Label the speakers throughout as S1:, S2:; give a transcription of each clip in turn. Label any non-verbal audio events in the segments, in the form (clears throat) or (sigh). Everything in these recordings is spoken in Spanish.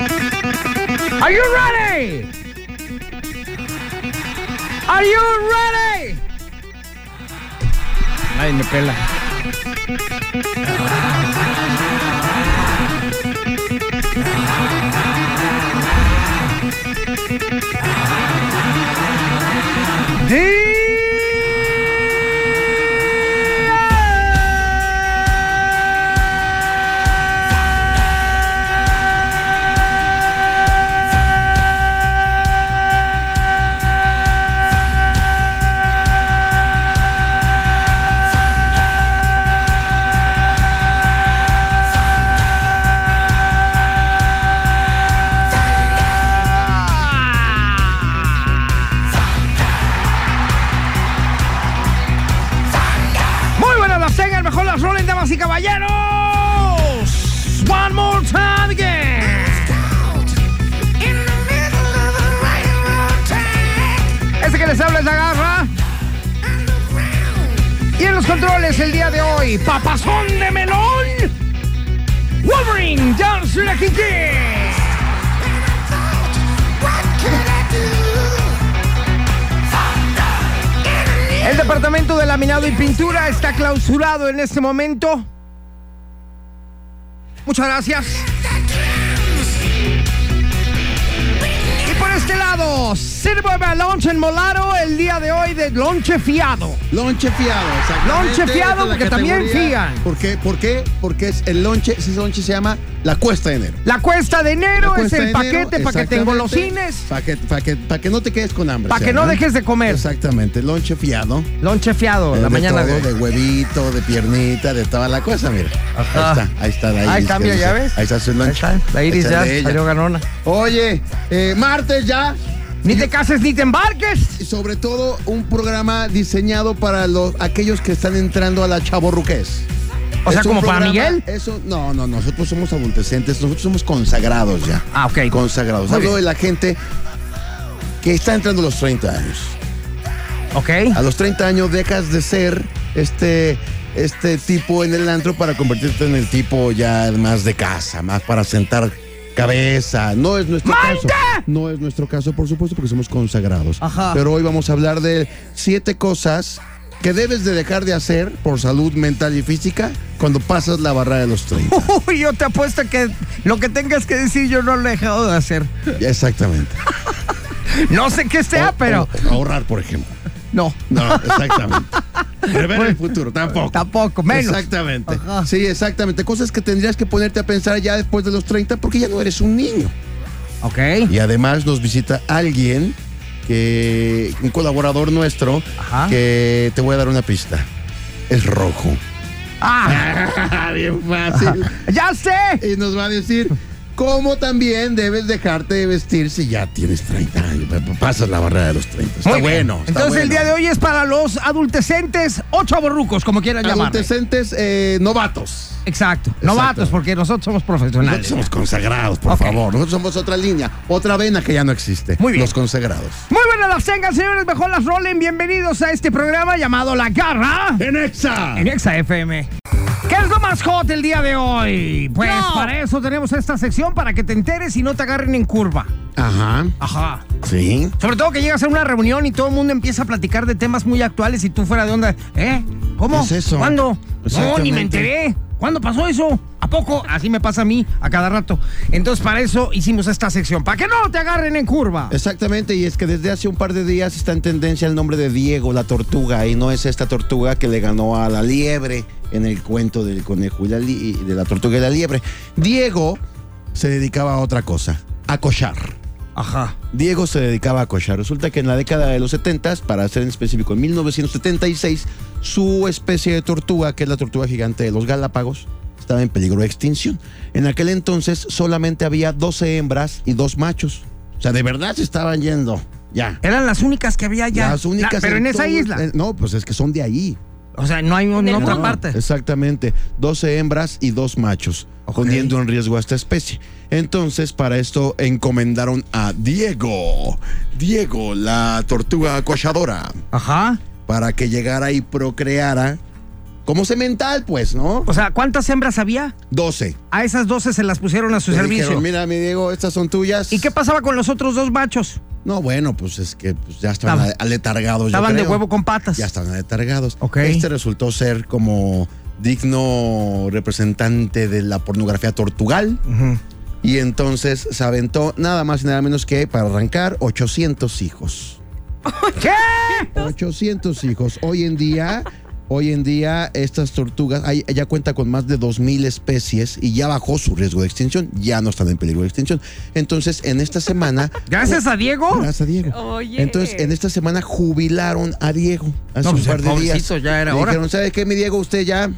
S1: Are you ready? Are you ready? Ay, me pela. Muy buenas las tengan, mejor las rolen, damas y caballeros. One more time again. Este que les habla es la garra. Y en los controles el día de hoy, papazón de melón. Wolverine, Johnson Kiki. El departamento de laminado y pintura está clausurado en este momento. Muchas gracias. Y por este lado, sirve Lunch en Molaro el día de hoy de lonche fiado.
S2: Lonche fiado, exactamente.
S1: Lonche fiado,
S2: Esta es la
S1: porque también
S2: categoría.
S1: fían.
S2: ¿Por qué? ¿Por qué? Porque es el lonche, ese lonche se llama la cuesta de enero.
S1: La cuesta de enero es
S2: La cuesta
S1: el
S2: de enero,
S1: paquete para que te
S2: exactamente,
S1: engolosines.
S2: Para que, para que, para que no te quedes con hambre.
S1: Pa'
S2: se
S1: que no
S2: llama.
S1: dejes de comer.
S2: Exactamente, lonche fiado.
S1: Lonche fiado,
S2: Eh,
S1: la
S2: de
S1: mañana
S2: todo,
S1: de
S2: de
S1: hoy.
S2: huevito, de piernita, de toda la cosa, mira.
S1: Ajá.
S2: Ahí está, ahí está la
S1: Ahí
S2: iris
S1: cambia,
S2: que
S1: ya
S2: dice.
S1: ves.
S2: Ahí está su
S1: Ahí
S2: lonche.
S1: está, la iris
S2: Échale
S1: ya
S2: de ella.
S1: salió ganona.
S2: Oye, eh, martes ya.
S1: Ni te cases ni te embarques.
S2: Y sobre todo un programa diseñado para los aquellos que están entrando a la chaborruqués.
S1: O sea,
S2: Es un
S1: como para Miguel.
S2: Eso, no, no, nosotros somos adultecentes, nosotros somos consagrados ya.
S1: Ah, ok.
S2: Consagrados.
S1: Muy
S2: Hablo de
S1: bien.
S2: la gente que está entrando a los 30 años.
S1: Ok.
S2: A los 30 años dejas de ser este, este tipo en el antro para convertirte en el tipo ya más de casa, más para sentar cabeza. No es nuestro
S1: ¡Manta!
S2: caso. No es nuestro caso, por supuesto, porque somos consagrados.
S1: Ajá.
S2: Pero hoy vamos a hablar de siete cosas que debes de dejar de hacer por salud mental y física cuando pasas la barrera de
S1: (laughs)
S2: los 30.
S1: (laughs) Uy, yo te apuesto que lo que tengas que decir yo no lo he dejado de hacer.
S2: Exactamente.
S1: No sé qué sea,
S2: O-
S1: pero
S2: o- ahorrar, por ejemplo.
S1: no.
S2: No, exactamente. Prever el futuro, tampoco.
S1: Tampoco, menos.
S2: Exactamente.
S1: Ajá.
S2: Sí, exactamente. Cosas que tendrías que ponerte a pensar ya después de los 30 porque ya no eres un niño.
S1: Ok.
S2: Y además nos visita alguien que, un colaborador nuestro,
S1: Ajá.
S2: que te voy a dar una pista. Es rojo.
S1: Ah,
S2: Bien fácil.
S1: ya sé.
S2: Y nos va a decir cómo también debes dejarte de vestir si ya tienes 30 años. Pasas la barrera de los 30. Está
S1: Muy bien.
S2: bueno. está
S1: Entonces el
S2: bueno.
S1: día de hoy es para los adultecentes o chaborrucos, como quieran llamarle.
S2: Adolescentes eh, novatos.
S1: Exacto. Novatos, porque nosotros somos
S2: Nosotros
S1: profesionales.
S2: somos consagrados, por
S1: Ok.
S2: favor. Nosotros somos otra línea, otra vena que ya no existe.
S1: Muy bien.
S2: Los consagrados.
S1: Muy buenas las tengan, señores. Mejor las rolen. Bienvenidos a este programa llamado La Garra
S2: ¡En Exa!
S1: en Exa FM. ¿Qué es lo más hot el día de hoy? Pues
S3: No.
S1: para eso tenemos esta sección para que te enteres y no te agarren en curva.
S2: Ajá.
S1: Ajá.
S2: Sí.
S1: Sobre todo que llegas a una reunión y todo el mundo empieza a platicar de temas muy actuales y tú fuera de onda. ¿Eh? ¿Cómo?
S2: Es eso.
S1: ¿Cuándo? No, ni me
S2: Exactamente.
S1: enteré. ¿Cuándo pasó eso? ¿A poco? Así me pasa a mí a cada rato. Entonces, para eso hicimos esta sección. Para que no te agarren en curva.
S2: Exactamente, y es que desde hace un par de días está en tendencia el nombre de Diego, la tortuga, y no es esta tortuga que le ganó a la liebre en el cuento del conejo y la li- y de la tortuga y la liebre. Diego se dedicaba a otra cosa, a cochar.
S1: Ajá.
S2: Diego se dedicaba a cochar. Resulta que en la década de los 70, para ser en específico, en 1976, su especie de tortuga, que es la tortuga gigante de los Galápagos, estaba en peligro de extinción. En aquel entonces solamente había 12 hembras y dos machos. O sea, de verdad se estaban yendo. Ya.
S1: Eran las únicas que había allá.
S2: Las únicas.
S1: La- pero en esa
S2: todo-
S1: isla.
S2: eh, no, pues es que son de ahí.
S1: o sea, no hay en
S3: el
S1: otra
S3: mundo.
S1: parte.
S2: Ah, Exactamente, 12 hembras y dos machos,
S1: Ok.
S2: poniendo en riesgo a esta especie. Entonces, para esto encomendaron a Diego, Diego, la tortuga acochadora,
S1: Ajá.
S2: para que llegara y procreara como semental, pues, ¿no?
S1: O sea, ¿cuántas hembras había?
S2: 12.
S1: A esas 12 se las pusieron a su
S2: Le
S1: servicio.
S2: dijeron, Mira, mi Diego, estas son tuyas.
S1: ¿Y qué pasaba con los otros dos machos?
S2: No, bueno, pues es que pues, ya estaban
S1: Estaban-
S2: aletargados. yo
S1: Estaban de
S2: creo.
S1: huevo con patas.
S2: Ya estaban aletargados.
S1: Ok.
S2: Este resultó ser como digno representante de la pornografía tortugal.
S1: Ujú.
S2: Y entonces se aventó nada más y nada menos que para arrancar 800 hijos.
S1: (laughs) ¿Qué?
S2: 800 hijos. Hoy en día, hoy en día estas tortugas hay- ya cuenta con más de 2000 especies y ya bajó su riesgo de extinción, ya no están en peligro de extinción. Entonces, en esta semana
S1: Gracias a Diego.
S2: Gracias a Diego.
S3: Oye.
S2: Entonces, en esta semana jubilaron a Diego hace
S1: No,
S2: un
S1: pues,
S2: par de días.
S1: pobrecito, ya era
S2: Le
S1: hora.
S2: dijeron, ¿sabe qué, mi Diego? Usted ya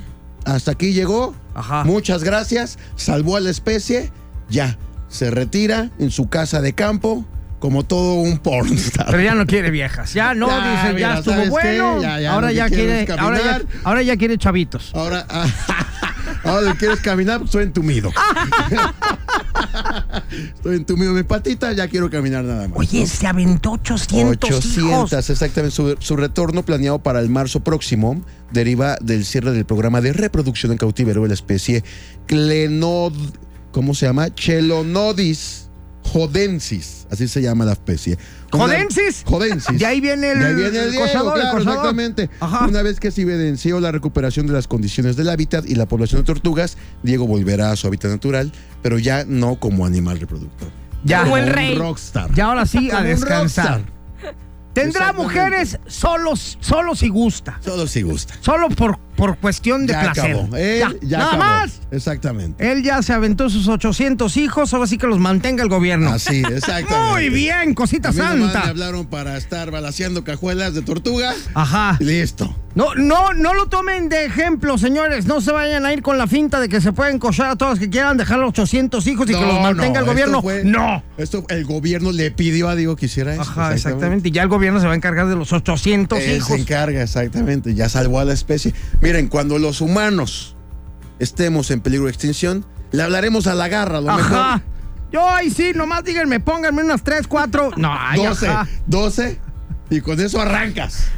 S2: hasta aquí llegó.
S1: Ajá.
S2: Muchas gracias. Salvó a la especie. Ya. Se retira en su casa de campo como todo un
S1: (laughs)
S2: pornstar.
S1: Pero ya no quiere viejas. Ya no,
S2: Ya,
S1: dice,
S2: mira,
S1: ya estuvo
S2: ¿sabes
S1: bueno.
S2: qué? Ya, ya,
S1: ahora,
S2: lo que
S1: ya
S2: quiero
S1: quiere,
S2: es
S1: ahora, ya,
S2: caminar.
S1: ahora ya quiere chavitos.
S2: Ahora, (laughs) ah, ahora lo que quieres caminar, pues estoy
S1: (laughs)
S2: entumido. (laughs) estoy entumido mi patita, ya quiero caminar nada más.
S1: Oye, se aventó 800,
S2: 800,
S1: hijos.
S2: exactamente. Su, su retorno planeado para el marzo próximo deriva del cierre del programa de reproducción en cautiverio de la especie Clenod... ¿Cómo se llama? Chelonodis jodensis. Así se llama la especie. Una-
S1: ¿Jodensis?
S2: Jodensis.
S1: De ahí viene el-
S2: De ahí viene
S1: el
S2: Diego,
S1: cosador, el
S2: claro,
S1: cosador.
S2: exactamente.
S1: Ajá.
S2: Una vez que se evidenció la recuperación de las condiciones del hábitat y la población de tortugas, Diego volverá a su hábitat natural, pero ya no como animal reproductor.
S1: Ya.
S3: Como el
S2: un
S3: rey.
S2: rockstar.
S1: Y ahora sí, a
S2: Como un
S1: descansar.
S2: rockstar.
S1: Tendrá
S2: Exactamente.
S1: mujeres solos, solos si gusta.
S2: Solo si gusta.
S1: Solo por, por cuestión de
S2: ya
S1: placer.
S2: acabó. Él
S1: Ya,
S2: ya
S1: nada
S2: acabó.
S1: más.
S2: Exactamente.
S1: Él ya se aventó sus 800 hijos, ahora sí que los mantenga el gobierno.
S2: Así, exactamente.
S1: (laughs) Muy bien, cosita
S2: A mí nomás me
S1: santa. Ah.
S2: hablaron para estar balaseando cajuelas de tortuga.
S1: Ajá.
S2: Y Listo.
S1: No, no, no lo tomen de ejemplo, señores. No se vayan a ir con la finta de que se pueden cochar a todos que quieran dejar los 800 hijos y que
S2: No,
S1: los mantenga el
S2: no,
S1: gobierno.
S2: esto fue-
S1: No.
S2: Esto el gobierno le pidió a Diego que hiciera eso.
S1: Ajá, exactamente. Y ya el gobierno se va a encargar de los 800
S2: Él se
S1: hijos.
S2: encarga, exactamente. Ya salvó a la especie. Miren, cuando los humanos estemos en peligro de extinción, le hablaremos a la garra, a lo
S1: Ajá. Yo ahí sí, nomás díganme, pónganme unas 3, 4. No, ay,
S2: mejor. 12,
S1: ajá.
S2: 12. Y con eso arrancas.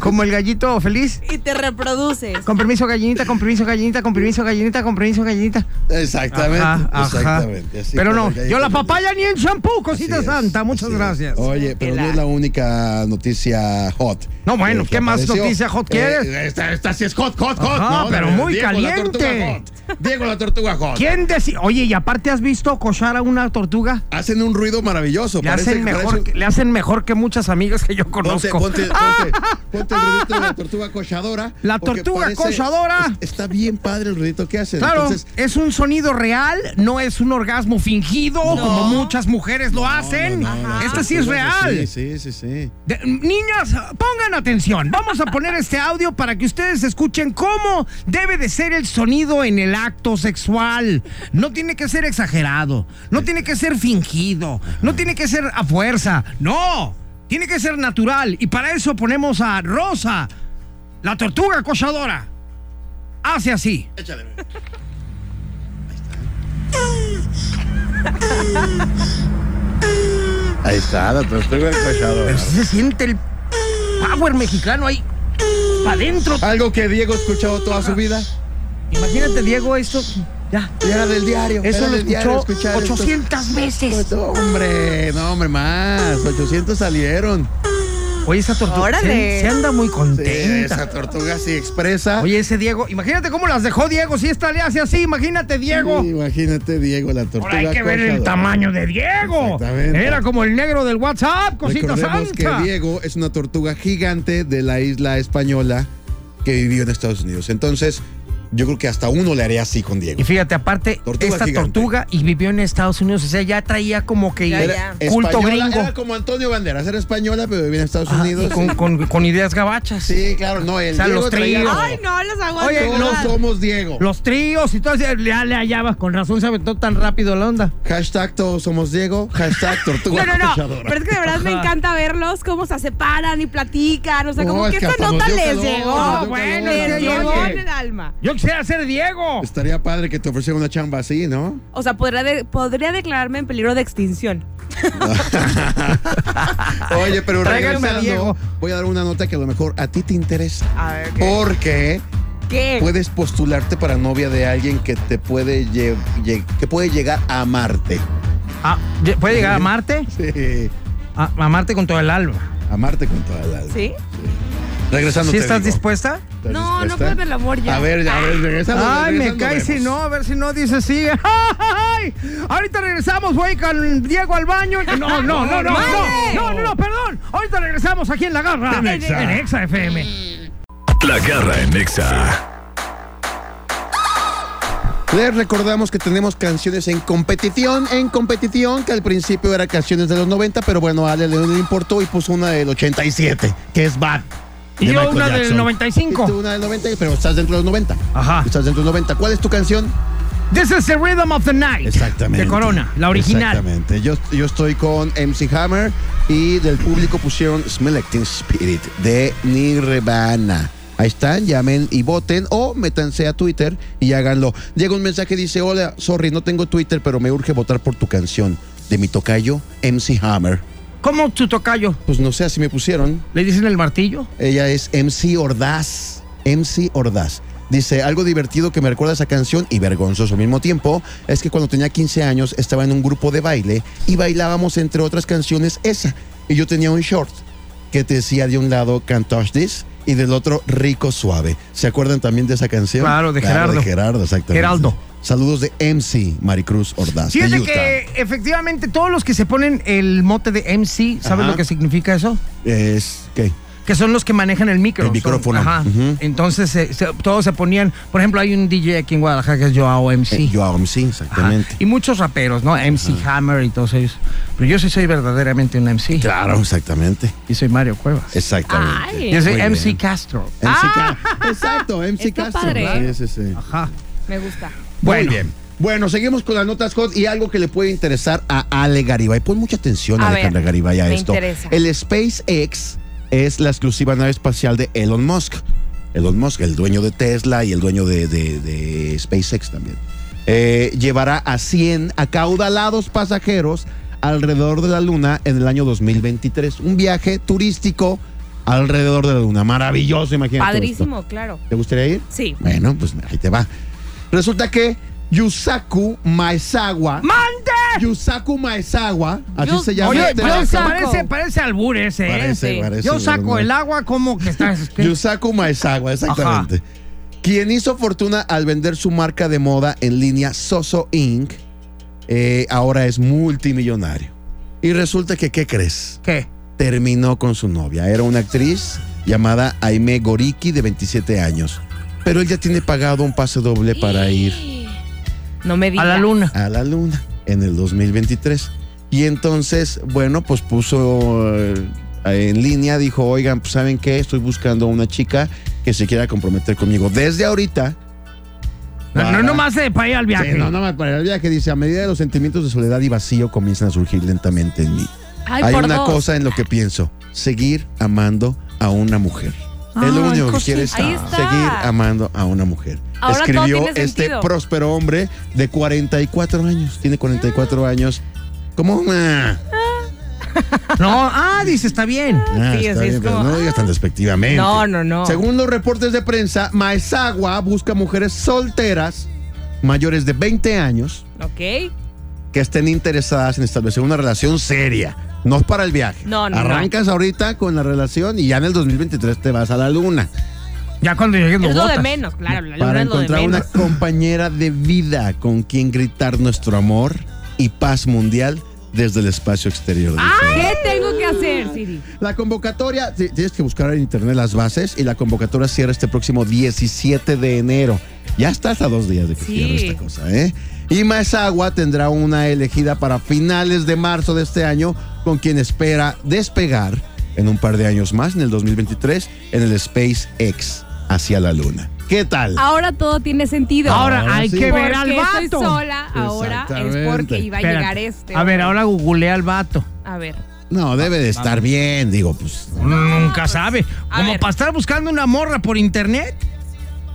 S1: Como el gallito feliz.
S3: Y te reproduces.
S1: Con permiso, gallinita, con permiso, gallinita, con permiso, gallinita, con permiso, gallinita.
S2: Exactamente.
S1: Ajá, ajá.
S2: exactamente. Así
S1: pero
S2: como
S1: no,
S2: el gallito
S1: yo la
S2: feliz.
S1: papaya ni en champú, cosita
S2: Así es,
S1: santa. Muchas
S2: así es.
S1: gracias.
S2: Oye, pero no es la única noticia hot.
S1: No, bueno,
S2: Eh, que
S1: ¿qué más noticia hot quieres?
S2: esta, esta sí es hot, hot, hot.
S1: Ajá,
S2: ¿no?
S1: pero
S2: De-
S1: muy
S2: Diego la tortuga
S1: caliente.
S2: hot. Diego la tortuga hot.
S1: ¿Quién decía? Oye, y aparte has visto cochar a una tortuga.
S2: Hacen un ruido maravilloso.
S1: Le
S2: parece
S1: hacen,
S2: que
S1: mejor,
S2: parece-
S1: que- le hacen mejor que muchas amigas que yo
S2: Ponte,
S1: conozco.
S2: ponte, ponte,
S1: (laughs)
S2: ponte el ruidito de la tortuga cochadora.
S1: La
S2: porque
S1: tortuga cochadora.
S2: es- Está bien padre el ruidito que hacen.
S1: Claro,
S2: Entonces,
S1: es un sonido real, no es un orgasmo fingido como muchas mujeres lo hacen.
S2: no, no, no,
S1: este sí es real.
S2: pues, Sí, sí, sí, sí.
S1: De- niñas, pongan atención. Vamos a poner este audio para que ustedes escuchen cómo debe de ser el sonido en el acto sexual. No tiene que ser exagerado, no tiene que ser fingido, no tiene que ser a fuerza. No, tiene que ser natural. Y para eso ponemos a Rosa, la tortuga acosadora. Hace así.
S2: Échale. Ahí está, la tortuga cochadora.
S1: Se siente el power mexicano ahí. Adentro.
S2: Algo que Diego ha escuchado toda su vida.
S1: Imagínate, Diego, esto. Ya.
S2: Y era del diario.
S1: Eso
S2: era
S1: lo
S2: del diario
S1: escuchó
S2: escuchar esto.
S1: 800 veces.
S2: No, Pues, Hombre, no, hombre, más. 800 salieron.
S1: Oye, esa tortuga se,
S3: Órale.
S1: se anda muy
S2: Sí, esa
S1: contenta.
S2: tortuga sí expresa.
S1: Oye, ese Diego, imagínate cómo las dejó Diego. Si esta le hace así, imagínate, Diego.
S2: Sí, imagínate, Diego, la tortuga.
S1: Ahora hay que ver el
S2: cochadora.
S1: tamaño de Diego.
S2: Exactamente.
S1: Era como el negro del WhatsApp, cosita
S2: Recordemos
S1: santa.
S2: que Diego es una tortuga gigante de la isla española que vivió en Estados Unidos. Entonces, yo creo que hasta uno le haría así con Diego.
S1: Y fíjate, aparte,
S2: Tortuga
S1: esta
S2: gigante.
S1: tortuga y vivió en Estados Unidos, o sea, ya traía como que
S3: Ya,
S2: Era
S3: ya.
S1: culto
S2: española,
S1: gringo.
S2: Era como Antonio Banderas, era española, pero vivía en Estados
S1: Ah, y
S2: Unidos.
S1: con, con- con ideas gabachas.
S2: Sí, claro, no, el
S1: O sea,
S2: Diego
S1: los
S2: traía-
S1: tríos.
S3: Ay, no, los aguanto.
S1: Oye,
S2: Todos
S1: no.
S2: somos Diego.
S1: Los tríos y todo, ya le hallabas, con razón se aventó tan rápido la onda.
S2: Hashtag todos somos Diego, hashtag tortuga
S3: No, no, no.
S2: acechadora.
S3: Pero es que de verdad me encanta verlos cómo se separan y platican. O sea,
S2: No,
S3: como
S2: es
S3: que
S2: que
S3: esta
S2: hasta nos
S3: nota
S2: dio
S3: les
S2: calor,
S1: nos
S3: llegó.
S1: dio
S3: Bueno,
S1: calor.
S3: les
S1: Oye.
S3: llegó en el alma.
S1: Yo quisiera ser Diego.
S2: Estaría padre que te ofreciera una chamba así, ¿no?
S3: O sea, podría, de- podría declararme en peligro de extinción.
S2: Oye, pero
S1: Tráiganme a
S2: regresando,
S1: Diego.
S2: voy a dar una nota que a lo mejor a ti te interesa.
S3: A ver, ¿qué? (laughs)
S2: Porque
S3: ¿Qué?
S2: puedes postularte para novia de alguien que te puede lle- lle- que puede llegar a amarte.
S1: Ah, ¿Puede llegar a Marte?
S2: Sí,
S1: A, a Marte con todo el alma.
S2: amarte con toda la alma.
S3: ¿Sí?
S2: Regresando
S1: ¿Sí
S2: te
S1: estás
S2: digo.
S1: dispuesta?
S3: No,
S2: ¿Estás
S3: no
S2: dispuesta?
S3: puedo del amor ya.
S2: A ver, a ver, regresando.
S1: Ay, me
S2: regresando,
S1: cae
S2: vemos.
S1: si no, a ver si no dice sí. (laughs) ¡Ay! Ahorita regresamos, voy con Diego al baño. (laughs) No, no, no, no, no,
S3: ¡Madre!
S1: no, no, no, perdón. Ahorita regresamos aquí en La Garra.
S3: En Exa.
S1: En Exa FM.
S4: La garra en Nexa.
S2: Les recordamos que tenemos canciones en competición, en competición, que al principio eran canciones de los 90, pero bueno, a Ale no le importó y puso una del 87, que es Bad.
S1: Y
S2: de
S1: yo
S2: Michael
S1: una del
S2: Jackson. Y tú
S1: 95.
S2: Este, una del 90, pero estás dentro de los 90.
S1: Ajá.
S2: Estás dentro de los 90. ¿Cuál es tu canción?
S1: This is the rhythm of the night. De Corona, la original.
S2: Exactamente. Yo, yo estoy con MC Hammer y del público pusieron Smell Like Teen Spirit de Nirvana. Ahí están, llamen y voten o métanse a Twitter y háganlo. Llega un mensaje dice, hola, sorry, no tengo Twitter, pero me urge votar por tu canción de mi tocayo MC Hammer.
S1: ¿Cómo tu tocayo?
S2: Pues no sé, así me pusieron.
S1: ¿Le dicen el martillo?
S2: Ella es MC Ordaz. MC Ordaz. Dice, algo divertido que me recuerda a esa canción y vergonzoso al mismo tiempo, es que cuando tenía 15 años estaba en un grupo de baile y bailábamos entre otras canciones esa. Y yo tenía un short que te decía de un lado Can't Touch This y del otro Rico Suave. ¿Se acuerdan también de esa canción?
S1: Claro, de
S2: de
S1: Gerardo.
S2: Gerardo, exactamente.
S1: Geraldo.
S2: Saludos de MC Maricruz Ordaz. de
S1: Fíjate
S2: Utah.
S1: que efectivamente todos los que se ponen el mote de MC, ¿sabes
S2: Ajá.
S1: lo que significa eso?
S2: Es, ¿qué?
S1: que son los que manejan el micro.
S2: El micrófono.
S1: Son- ajá.
S2: Ujú.
S1: Entonces eh, se- se- todos se ponían, por ejemplo, hay un DJ aquí en Guadalajara que es Joao MC.
S2: Eh, Yo hago MC,
S1: Ajá.
S2: exactamente.
S1: Y muchos raperos, ¿no? MC Hammer y todos ellos. Pero yo sí soy verdaderamente un MC.
S2: Claro, exactamente.
S1: Y soy Mario Cuevas.
S2: Exactamente.
S3: Ay.
S1: Yo soy
S2: Muy
S1: MC
S2: bien.
S1: Castro.
S2: MC Ca- Exacto, MC
S3: Ah. Está
S2: Castro.
S3: padre.
S2: Sí, sí, sí.
S1: Ajá.
S3: Me gusta.
S1: Bueno.
S2: Muy bien. Bueno, seguimos con las notas hot y algo que le puede interesar a Ale Garibay. Pon mucha atención
S3: A
S2: a,
S3: ver,
S2: Alejandra Garibay a
S3: me
S2: esto.
S3: interesa.
S2: El SpaceX es la exclusiva nave espacial de Elon Musk. Elon Musk, el dueño de Tesla y el dueño de, de- de SpaceX también. Eh, llevará a 100 acaudalados pasajeros alrededor de la Luna en el año 2023. Un viaje turístico alrededor de la Luna. Maravilloso, imagínate. esto.
S3: Padrísimo, claro.
S2: ¿Te gustaría ir?
S3: Sí.
S2: Bueno, pues ahí te va. Resulta que Yusaku Maezawa.
S1: ¡Mande!
S2: Yusaku Maezawa, así
S3: Yu-
S2: se llama.
S1: Oye,
S2: este
S3: yo
S1: parece,
S3: saco.
S2: vato.
S1: parece, parece albur ese, ¿eh?
S2: Parece,
S3: sí.
S2: parece,
S1: Yo saco
S2: ¿verdad?
S1: el agua como que estás...
S2: (laughs) Yusaku Maezawa, exactamente. Quien hizo fortuna al vender su marca de moda en línea Soso Inc., eh, ahora es multimillonario. Y resulta que, ¿qué crees?
S1: ¿Qué?
S2: terminó con su novia. Era una actriz llamada Aime Goriki de 27 años. Pero él ya tiene pagado un pase doble para ir
S3: No me
S1: A
S3: digas.
S1: la luna.
S2: a la luna en el 2023. Y entonces, bueno, pues puso eh, en línea, dijo, oigan, pues saben qué, estoy buscando una chica que se quiera comprometer conmigo. Desde ahorita,
S1: No, no
S2: Para-
S1: nomás de para ir al viaje.
S2: Ah. Sí, no, no, para el viaje dice, a medida de los sentimientos de soledad y vacío comienzan a surgir lentamente en mí.
S3: Ay,
S2: Hay
S3: por
S2: una
S3: dos.
S2: cosa en lo que pienso, seguir amando a una mujer. es lo
S1: Ay,
S2: único que quiere es
S3: cosita. Ahí está.
S2: seguir amando a una mujer.
S3: Ahora todo
S2: Escribió
S3: tiene
S2: este
S3: sentido.
S2: próspero hombre de 44 años. Tiene 44 años. Como
S3: Ah,
S2: una...
S1: (laughs) No, ah, dice, está bien.
S2: Ah,
S3: sí,
S2: está
S3: sí, es
S2: bien, pero
S3: como, ah.
S2: no digas tan despectivamente.
S3: No, no, no.
S2: Según los reportes de prensa, Maezawa busca mujeres solteras mayores de 20 años
S3: Ok.
S2: que estén interesadas en establecer una relación seria. No es para el viaje.
S3: No, no,
S2: Arrancas ahorita con la relación y ya en el 2023 te vas a la luna.
S1: Ya cuando llegues lo
S3: Es lo de
S1: botas.
S3: menos, claro. La luna
S2: para
S3: es lo de
S2: encontrar una
S3: menos.
S2: compañera de vida con quien gritar nuestro amor y paz mundial desde el espacio exterior. del sol.
S3: ¿Qué tengo que hacer, Siri?
S2: La convocatoria, ti- tienes que buscar en internet las bases y la convocatoria cierra este próximo 17 de enero. Ya estás a dos días de que
S3: Sí.
S2: cierre esta cosa, ¿eh? Y Mazagua tendrá una elegida para finales de marzo de este año, con quien espera despegar en un par de años más, en el 2023, en el SpaceX hacia la Luna. ¿Qué tal?
S3: Ahora todo tiene sentido.
S1: Ahora hay
S2: sí.
S1: que ver
S3: Porque
S1: al
S3: estoy
S1: vato.
S3: sola ahora es
S2: Exactamente.
S3: porque iba a
S1: Espérate.
S3: llegar este.
S1: A ver,
S3: hombre.
S1: ahora googlea al vato.
S3: A ver.
S2: No, debe de estar bien, digo, pues.
S1: Uno nunca sabe.
S3: a
S1: Como
S3: ver.
S1: para estar buscando una morra por internet.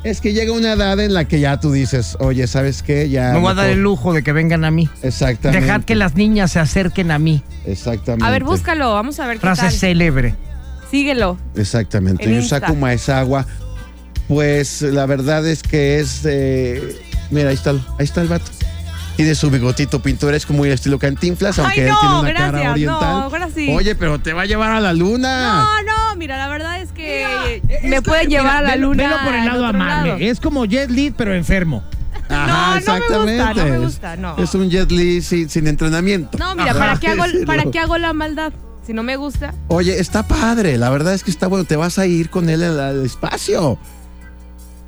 S2: Es que llega una edad en la que ya tú dices, oye, ¿sabes qué? Ya.
S1: Me voy a
S2: mejor-
S1: dar el lujo de que vengan a mí.
S2: Ah, Exactamente.
S1: Dejad que las niñas se acerquen a mí.
S2: Exactamente.
S3: A ver, búscalo. Vamos a ver qué
S1: Frase
S3: tal.
S1: célebre.
S3: Síguelo.
S2: Exactamente.
S3: En
S2: Yusaku
S3: Insta.
S2: Maezawa, pues la verdad es que es. eh, mira, ahí está, el- ahí está el vato. Tiene su bigotito pintoresco muy estilo cantinflas,
S3: Ay,
S2: aunque él
S3: no,
S2: tiene una
S3: gracias,
S2: cara
S3: no,
S2: oriental.
S3: ahora sí.
S2: Oye, pero te va a llevar a la luna.
S3: No, no, mira, la verdad es que
S1: Es
S3: me
S1: que,
S3: pueden
S1: Ah. mira,
S3: llevar a la
S1: velo-
S3: luna.
S1: Velo por el
S3: en
S1: lado
S3: otro
S1: amable. ¿eh?
S3: lado.
S1: Es como Jet Li, pero enfermo.
S3: no me gusta, no me gusta,
S2: Es-
S3: no.
S2: Es un jet li sin, sin entrenamiento.
S3: No, mira,
S2: Ajá.
S3: ¿para qué, hago,
S2: Sí, (laughs)
S3: ¿para
S2: no.
S3: qué hago la maldad? Si no me gusta.
S2: Oye, está padre. La verdad es que está bueno. Te vas a ir con él al, al espacio.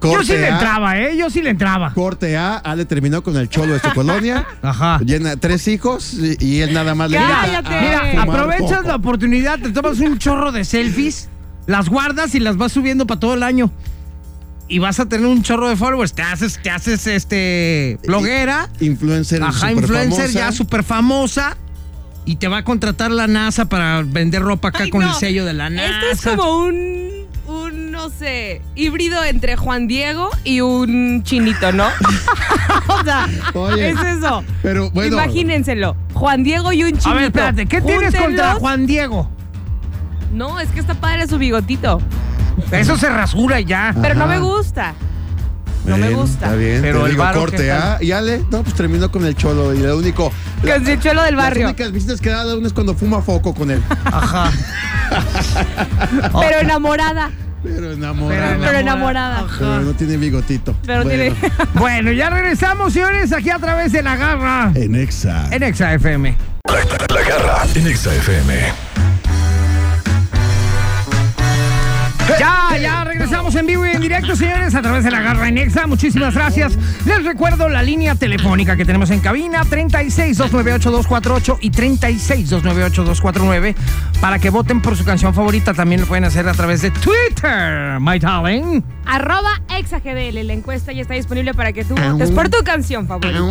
S1: Yo sí le
S2: A-
S1: entraba, ¿eh? Yo sí le entraba.
S2: Corte A, Ale terminó con el cholo de su colonia.
S3: (laughs)
S1: Ajá.
S2: Llena tres hijos y, y él nada más le
S3: Cállate.
S2: invita a
S3: Mira,
S2: fumar
S1: Aprovechas
S2: poco.
S1: la oportunidad, te tomas un chorro de selfies, las guardas y las vas subiendo para todo el año. Y vas a tener un chorro de followers. Te haces, te haces este bloguera,
S2: Influencer.
S1: ajá,
S2: superfamosa.
S1: influencer ya súper famosa. Y te va a contratar la NASA para vender ropa acá
S3: Ay,
S1: con
S3: no.
S1: el sello de la NASA.
S3: Esto es como un, un, no sé, híbrido entre Juan Diego y un chinito, ¿no? (laughs) o sea,
S2: Oye,
S3: es eso.
S2: pero bueno.
S3: Imagínenselo. Juan Diego y un chinito.
S1: A ver, espérate, ¿qué tienes
S3: Júntenlos.
S1: contra Juan Diego?
S3: No, es que está padre su bigotito.
S1: Eso se rasura y ya.
S3: Pero no
S2: Ajá.
S3: me gusta. No me
S2: Bueno,
S3: gusta.
S2: Está
S1: Pero
S2: bien. Pero
S1: el
S2: el digo,
S1: varo, ¿qué
S2: corte
S1: tal?
S2: A. Y Ale, no, pues terminó con el cholo. Y lo único.
S3: Con su cholo del barrio.
S2: Las únicas visitas que da uno es cuando fuma foco con él.
S1: Ajá.
S3: Pero enamorada.
S2: Pero enamorado.
S3: Pero enamorada.
S2: Pero no tiene bigotito.
S3: Pero
S2: Bueno,
S3: tiene.
S1: (laughs) Bueno, ya regresamos, señores, aquí a través de la garra.
S2: En Exa.
S1: (laughs) En Exa FM.
S5: La garra en Exa FM.
S1: Ya, ya regresamos en vivo y en directo, señores, a través de la garra en Exa. Muchísimas gracias. Les recuerdo la línea telefónica que tenemos en cabina: 36-298-248 y 36-298-249. Para que voten por su canción favorita, también lo pueden hacer a través de Twitter, my darling.
S3: (laughs) Arroba exagdl. La encuesta ya está disponible para que tú votes por tu canción favorita.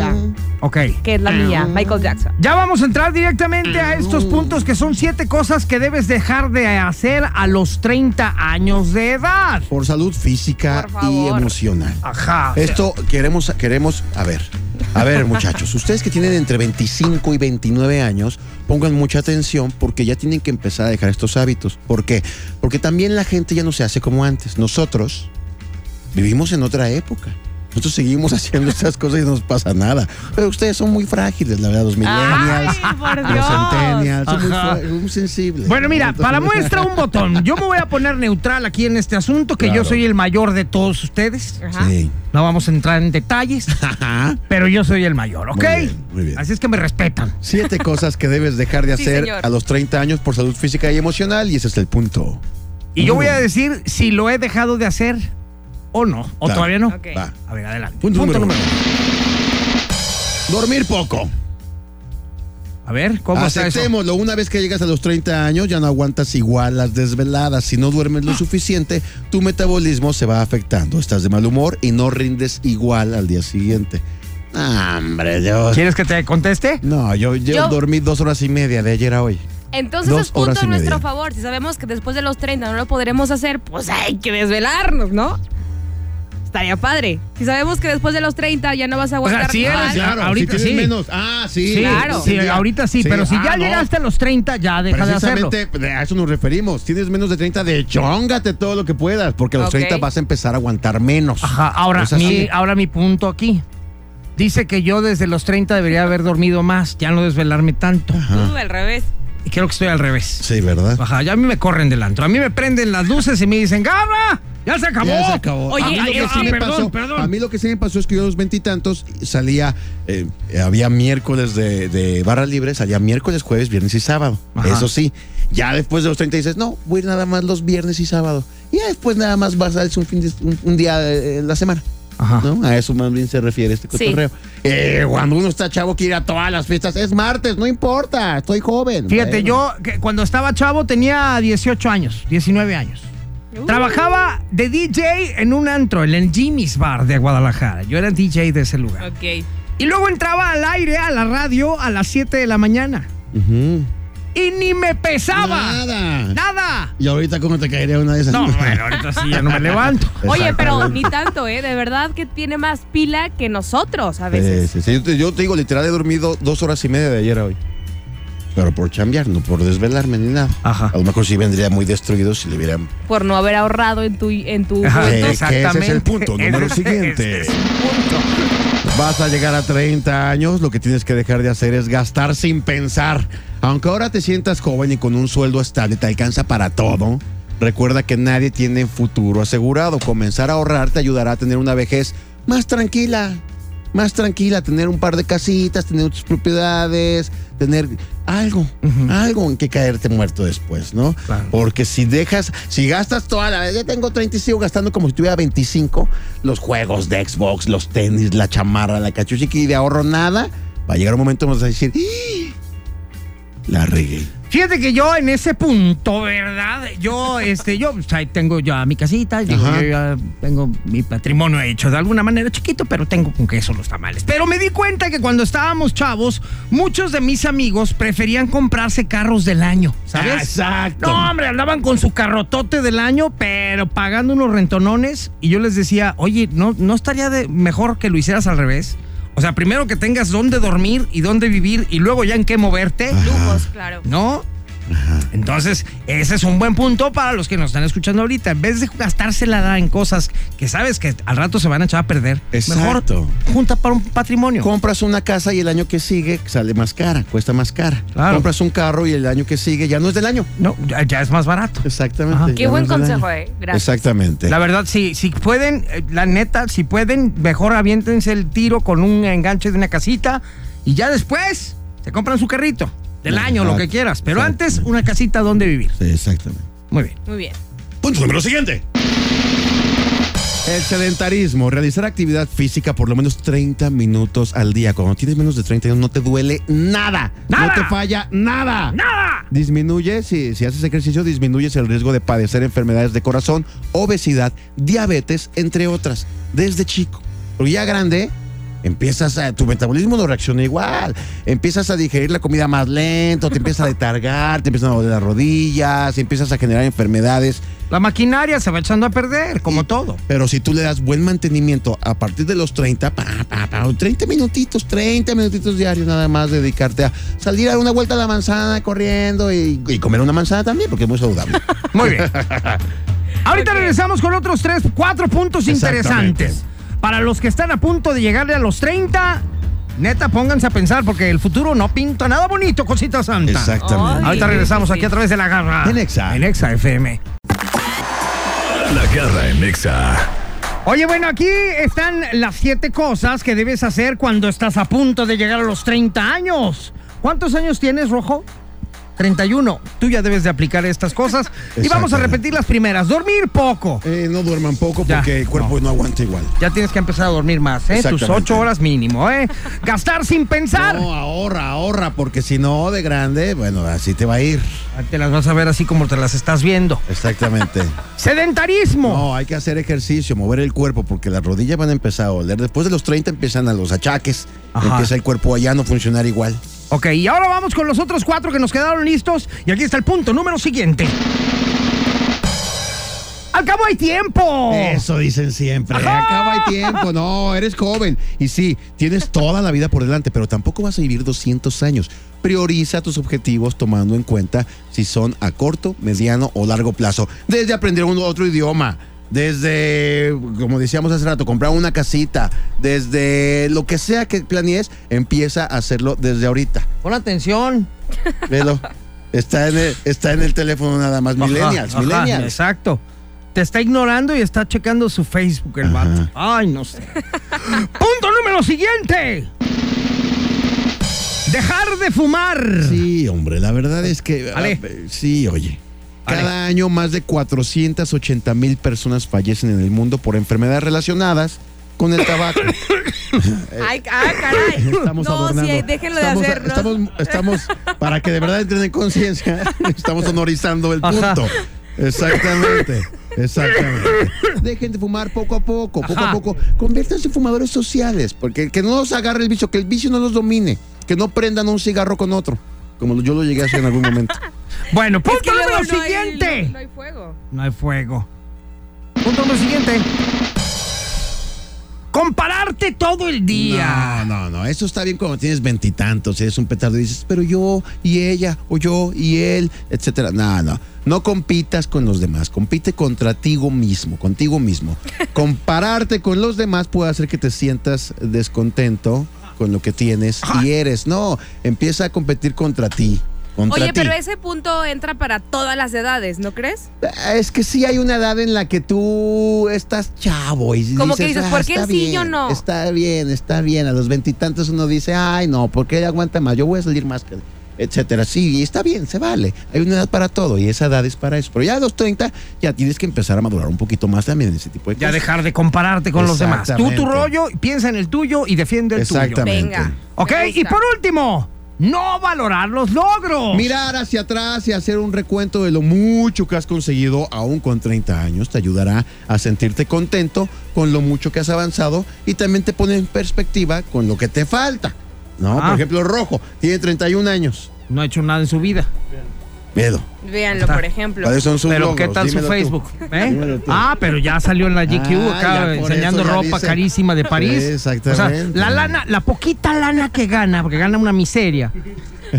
S1: Ok.
S3: Que es la mía, Michael Jackson.
S1: Ya vamos a entrar directamente a estos puntos que son siete cosas que debes dejar de hacer a los 30 años de edad.
S2: Por salud física
S3: Por
S2: y
S3: favor.
S2: emocional.
S1: Ajá.
S2: Esto queremos, queremos, a ver, a ver muchachos, ustedes que tienen entre 25 y 29 años, pongan mucha atención porque ya tienen que empezar a dejar estos hábitos. ¿Por qué? Porque también la gente ya no se hace como antes. Nosotros vivimos en otra época. Nosotros seguimos (laughs) haciendo estas cosas y no nos pasa nada. Pero ustedes son muy frágiles, la verdad, los millennials,
S3: Ay, por
S2: los
S3: Dios.
S2: centennials, son muy,
S1: Ajá.
S2: fra- muy sensibles.
S1: Bueno, mira,
S2: Entonces-
S1: para muestra un botón. Yo me voy a poner neutral aquí en este asunto, que yo
S2: Claro.
S1: soy el mayor de todos ustedes.
S3: Ajá.
S2: Sí.
S1: No vamos a entrar en detalles,
S2: (laughs) Ajá.
S1: pero yo soy el mayor, ¿ok?
S2: Muy bien, muy bien.
S1: Así es que me respetan.
S3: (laughs)
S2: Siete cosas que debes dejar de
S3: Sí,
S2: hacer
S3: señor.
S2: a los 30 años por salud física y emocional, y ese es el punto.
S1: Y yo
S2: Muy
S1: voy a
S2: bien.
S1: decir si lo he dejado de hacer o no, o
S2: Claro.
S1: todavía no.
S3: Ok.
S2: Va.
S1: A ver, adelante.
S2: Punto, número, uno. Dormir poco.
S1: uno. A ver, ¿cómo está eso?
S2: Aceptémoslo. Una vez que llegas a los 30 años, ya no aguantas igual las desveladas. Si no duermes
S3: Ah.
S2: lo suficiente, tu metabolismo se va afectando. Estás de mal humor y no rindes igual al día siguiente. Ah, Hombre, yo.
S1: ¿Quieres que te conteste?
S2: No, yo, yo
S3: Yo-
S2: dormí dos horas y media de ayer a hoy.
S3: Entonces
S2: Dos
S3: es punto
S2: horas y
S3: en nuestro
S2: media.
S3: favor. Si sabemos que después de los 30 no lo podremos hacer, pues hay que desvelarnos, ¿no? Estaría padre. Si sabemos que después de los 30 ya no vas a
S1: sea,
S3: aguantar.
S1: si eres
S3: igual,
S1: ya- ahorita
S2: tienes
S1: sí.
S2: menos. Ah, sí.
S1: Sí,
S3: Ah, claro.
S1: sí,
S2: ya.
S1: ahorita sí, pero si
S2: ah,
S1: ya
S2: no.
S1: llegaste a los 30, ya deja de hacerlo.
S2: Precisamente pues, a eso nos referimos. Tienes menos de 30, de chóngate todo lo que puedas, porque a los
S3: Ok.
S2: 30 vas a empezar a aguantar menos.
S1: Ajá, ahora,
S2: Es Pues así.
S1: mi, ahora mi punto aquí. Dice que yo desde los 30 debería haber dormido más, ya no desvelarme tanto.
S3: Tú, al revés.
S1: Y creo que estoy al revés.
S2: Sí, ¿verdad?
S1: Ajá, ya a mí me corren del antro. A mí me prenden las luces y me dicen, ¡Garra! ¡Ya se acabó!
S2: Ya se acabó.
S1: Oye,
S2: a mí, lo
S1: ay,
S2: que
S1: ah,
S2: sí me
S1: perdón,
S2: pasó,
S1: perdón.
S2: a mí lo que sí me pasó es que yo a los veintitantos salía, eh, había miércoles de, de barra libre, salía miércoles, jueves, viernes y sábado.
S1: Ajá.
S2: Eso sí, ya después de los 30 dices, no, voy a ir nada más los viernes y sábado. Y ya después nada más vas a darse un, fin de- un, un día eh, en la semana.
S1: Ajá.
S2: ¿no? A eso más bien se refiere este
S3: Sí.
S2: cotorreo. Eh, cuando uno está chavo quiere ir a todas las fiestas. Es martes, no importa, estoy joven.
S1: Fíjate,
S2: Bueno.
S1: yo que cuando estaba chavo tenía 18 años, 19 años.
S3: Uh,
S1: Trabajaba de DJ en un antro, en el Jimmy's Bar de Guadalajara. Yo era DJ de ese lugar.
S3: Ok.
S1: Y luego entraba al aire, a la radio, a las 7 de la mañana.
S2: Ujú.
S1: Y ni me pesaba.
S2: Nada.
S1: Nada.
S2: ¿Y ahorita cómo te caería una de esas?
S1: No,
S2: (laughs)
S1: bueno, ahorita sí, ya no me levanto.
S3: Oye, pero
S2: Exactamente.
S3: ni tanto, ¿eh? De verdad que tiene más pila que nosotros a veces.
S2: Sí, sí, sí. Yo, te, yo te digo, literal, he dormido dos horas y media de ayer a hoy. Pero por chambear, no por desvelarme ni nada.
S1: Ajá.
S2: A lo mejor sí vendría muy destruido si le hubieran.
S3: Por no haber ahorrado en tu... En tu
S1: Ajá.
S3: punto.
S2: Eh, que ese es
S1: exactamente.
S2: el punto
S1: Ese
S2: número
S1: es- ese
S2: siguiente.
S1: es el punto.
S2: Vas a llegar a 30 años, lo que tienes que dejar de hacer es gastar sin pensar. Aunque ahora te sientas joven y con un sueldo estable te alcanza para todo, recuerda que nadie tiene futuro asegurado. Comenzar a ahorrar te ayudará a tener una vejez más tranquila. Más tranquila, tener un par de casitas, tener tus propiedades, tener algo, algo en que caerte muerto después, ¿no?
S1: Claro.
S2: Porque si dejas, si gastas toda la vez, ya tengo 30 y sigo gastando como si tuviera 25, los juegos de Xbox, los tenis, la chamarra, la cachuchiqui y de ahorro nada, va a llegar un momento donde vas a decir, "Ih, la regué.
S1: Fíjate que yo en ese punto, ¿verdad? Yo, este, yo pues, ahí tengo ya mi casita, digo,
S2: Ajá.
S1: yo ya tengo mi patrimonio hecho de alguna manera chiquito, pero tengo con queso los tamales. Pero me di cuenta que cuando estábamos chavos, muchos de mis amigos preferían comprarse carros del año, ¿sabes?
S2: Exacto.
S1: No, hombre, andaban con su carrotote del año, pero pagando unos rentonones. Y yo les decía, oye, ¿no, no estaría de mejor que lo hicieras al revés? O sea, primero que tengas dónde dormir y dónde vivir y luego ya en qué moverte.
S3: Lujos, claro.
S1: ¿no? Entonces, ese es un buen punto para los que nos están escuchando ahorita. En vez de gastársela en cosas que sabes que al rato se van a echar a perder,
S2: Exacto.
S1: mejor junta para un patrimonio.
S2: Compras una casa y el año que sigue sale más cara, cuesta más cara.
S1: Claro.
S2: Compras un carro y el año que sigue ya no es del año.
S1: No, ya, ya es más barato.
S2: Exactamente.
S1: Ajá.
S2: ya
S3: Qué
S2: no
S3: buen
S2: es del
S3: consejo,
S2: año.
S3: eh. Gracias.
S2: Exactamente.
S1: La verdad, si, si pueden, eh, la neta, si pueden, mejor aviéntense el tiro con un enganche de una casita y ya después se compran su carrito del año, lo que
S2: Exacto.
S1: quieras. Pero
S2: Exacto.
S1: antes, una casita donde vivir.
S2: Sí, exactamente.
S1: Muy bien.
S3: Muy bien.
S2: Punto número siguiente. El sedentarismo, realizar actividad física por lo menos 30 minutos al día. Cuando tienes menos de 30 años no te duele nada.
S1: ¡Nada!
S2: No te falla nada.
S1: ¡Nada!
S2: Disminuye, si, si haces ejercicio, disminuyes el riesgo de padecer enfermedades de corazón, obesidad, diabetes, entre otras, desde chico. Pero ya grande, empiezas a. Tu metabolismo no reacciona igual. Empiezas a digerir la comida más lento, te empiezas a (laughs) letargar, te empiezan a doler las rodillas, empiezas a generar enfermedades
S1: La maquinaria se va echando a perder, como
S2: y-
S1: todo.
S2: Pero si tú le das buen mantenimiento a partir de los 30, pa, pa, pa, 30 minutitos, 30 minutitos diarios nada más, dedicarte a salir a dar una vuelta a la manzana corriendo y, y comer una manzana también, porque es muy saludable.
S1: (laughs) Muy
S2: (laughs)
S1: bien. Ahorita
S3: Ok.
S1: regresamos con otros tres, cuatro puntos
S2: Exactamente.
S1: interesantes. Para los que están a punto de llegarle a los 30, neta, pónganse a pensar porque el futuro no pinta nada bonito, cosita santa.
S3: Exactamente.
S1: Ahorita
S3: Sí,
S1: regresamos
S3: sí,
S1: aquí
S3: sí.
S1: a través de la garra.
S2: En Exa.
S1: En Exa FM.
S4: La garra en Exa.
S1: Oye, bueno, aquí están las siete cosas que debes hacer cuando estás a punto de llegar a los 30 años. ¿Cuántos años tienes, Rojo? 31. Tú ya debes de aplicar estas cosas. Y vamos a
S2: Exactamente.
S1: repetir las primeras. Dormir poco.
S2: Eh, no duerman poco
S1: Ya,
S2: porque el cuerpo no, aguanta igual.
S1: Ya tienes que empezar a dormir más, ¿eh? Tus
S2: Exactamente.
S1: ocho horas mínimo, ¿eh? Gastar sin pensar.
S2: No, ahorra, ahorra, porque si no, de grande, bueno, así te va a ir.
S1: Te las vas a ver así como te las estás viendo. (laughs)
S2: Exactamente.
S1: Sedentarismo.
S2: No, hay que hacer ejercicio, mover el cuerpo, porque las rodillas van a empezar a oler. Después de los 30 empiezan a los achaques.
S1: Ajá.
S2: Empieza el cuerpo allá no funcionar igual.
S1: Ok, y ahora vamos con los otros cuatro que nos quedaron listos. Y aquí está el punto número siguiente. ¡Al cabo hay tiempo!
S2: Eso dicen siempre. Acaba el tiempo. No, eres joven. Y sí, tienes toda la vida por delante, pero tampoco vas a vivir 200 años. Prioriza tus objetivos tomando en cuenta si son a corto, mediano o largo plazo. Desde aprender un otro idioma, desde, como decíamos hace rato, comprar una casita, desde lo que sea que planees, empieza a hacerlo desde ahorita.
S1: Pon atención. (laughs)
S2: Velo. Está en el, está en el teléfono nada más. Millennials,
S1: Ajá, ajá,
S2: millennials.
S1: Exacto. Te está ignorando y está checando su Facebook el vato. Ay, no
S2: (laughs)
S1: sé. punto número siguiente. Dejar de fumar.
S2: Sí, (clears throat) hombre, la verdad es que...
S1: Ale.
S2: ah, sí, oye.
S1: Ale.
S2: Cada año más de 480 mil personas fallecen en el mundo por enfermedades relacionadas con el (laughs) tabaco. Eh.
S3: Ay, ah, caray.
S2: Estamos
S3: no,
S2: adornando.
S3: sí, déjenlo
S2: Estamos-
S3: de hacer. ¿no?
S2: Estamos, estamos, para que de verdad entren en conciencia, (laughs) estamos honorizando el punto.
S1: Ajá.
S2: (laughs) Exactamente. Exactamente. Dejen de fumar poco a poco, poco
S1: Ajá.
S2: a poco. Conviértanse en fumadores sociales, porque que no los agarre el vicio, que el vicio no los domine, que no prendan un cigarro con otro, como yo lo llegué a hacer en algún momento.
S1: Bueno, punto
S3: Es que luego
S1: número
S3: no hay-
S1: siguiente.
S3: no hay fuego.
S1: No hay fuego. Punto número siguiente. Compararte todo el día.
S2: No, no, no. Eso está bien cuando tienes veintitantos, eres un petardo y dices, pero yo y ella, o yo y él, etcétera. No, no. No compitas con los demás, compite contra ti mismo, contigo mismo.
S3: (laughs)
S2: Compararte con los demás puede hacer que te sientas descontento con lo que tienes y eres. No, empieza a competir contra ti. Contra
S3: Oye,
S2: ti.
S3: pero ese punto entra para todas las edades, ¿no crees?
S2: Es que sí hay una edad en la que tú estás chavo y "Ah,
S3: Como que dices, ¿por qué
S2: está
S3: él sí,
S2: bien,
S3: yo no?
S2: Está bien, está bien. A los veintitantos uno dice, ay, no, ¿por qué él aguanta más? Yo voy a salir más que él", etcétera. Sí, y está bien, se vale. Hay una edad para todo y esa edad es para eso. Pero ya a los 30 ya tienes que empezar a madurar un poquito más también en ese tipo de
S1: Ya
S2: cosas.
S1: dejar de compararte con los demás. Tú tu
S2: Exactamente.
S1: rollo, piensa en el tuyo y defiende el tuyo.
S2: Exactamente.
S3: Venga.
S1: Ok,
S3: me gusta.
S1: y por último, no valorar los logros.
S2: Mirar hacia atrás y hacer un recuento de lo mucho que has conseguido aún con 30 años te ayudará a sentirte contento con lo mucho que has avanzado y también te pone en perspectiva con lo que te falta. No,
S1: Ah.
S2: por ejemplo, Rojo tiene 31 años.
S1: No ha hecho nada en su vida.
S2: Miedo.
S3: Véanlo, por ejemplo.
S2: ¿Cuáles son sus
S1: Pero
S2: logros?
S1: ¿qué tal su
S2: Dímelo tú.
S1: Facebook? ¿Eh?
S2: Dímelo tú.
S1: Ah, pero ya salió en la GQ
S2: Ah,
S1: acá
S2: ya por
S1: enseñando
S2: eso ya
S1: ropa
S2: dice.
S1: carísima de París.
S2: Sí,
S1: O
S2: exactamente.
S1: sea, la lana, la poquita lana que gana, porque gana una miseria,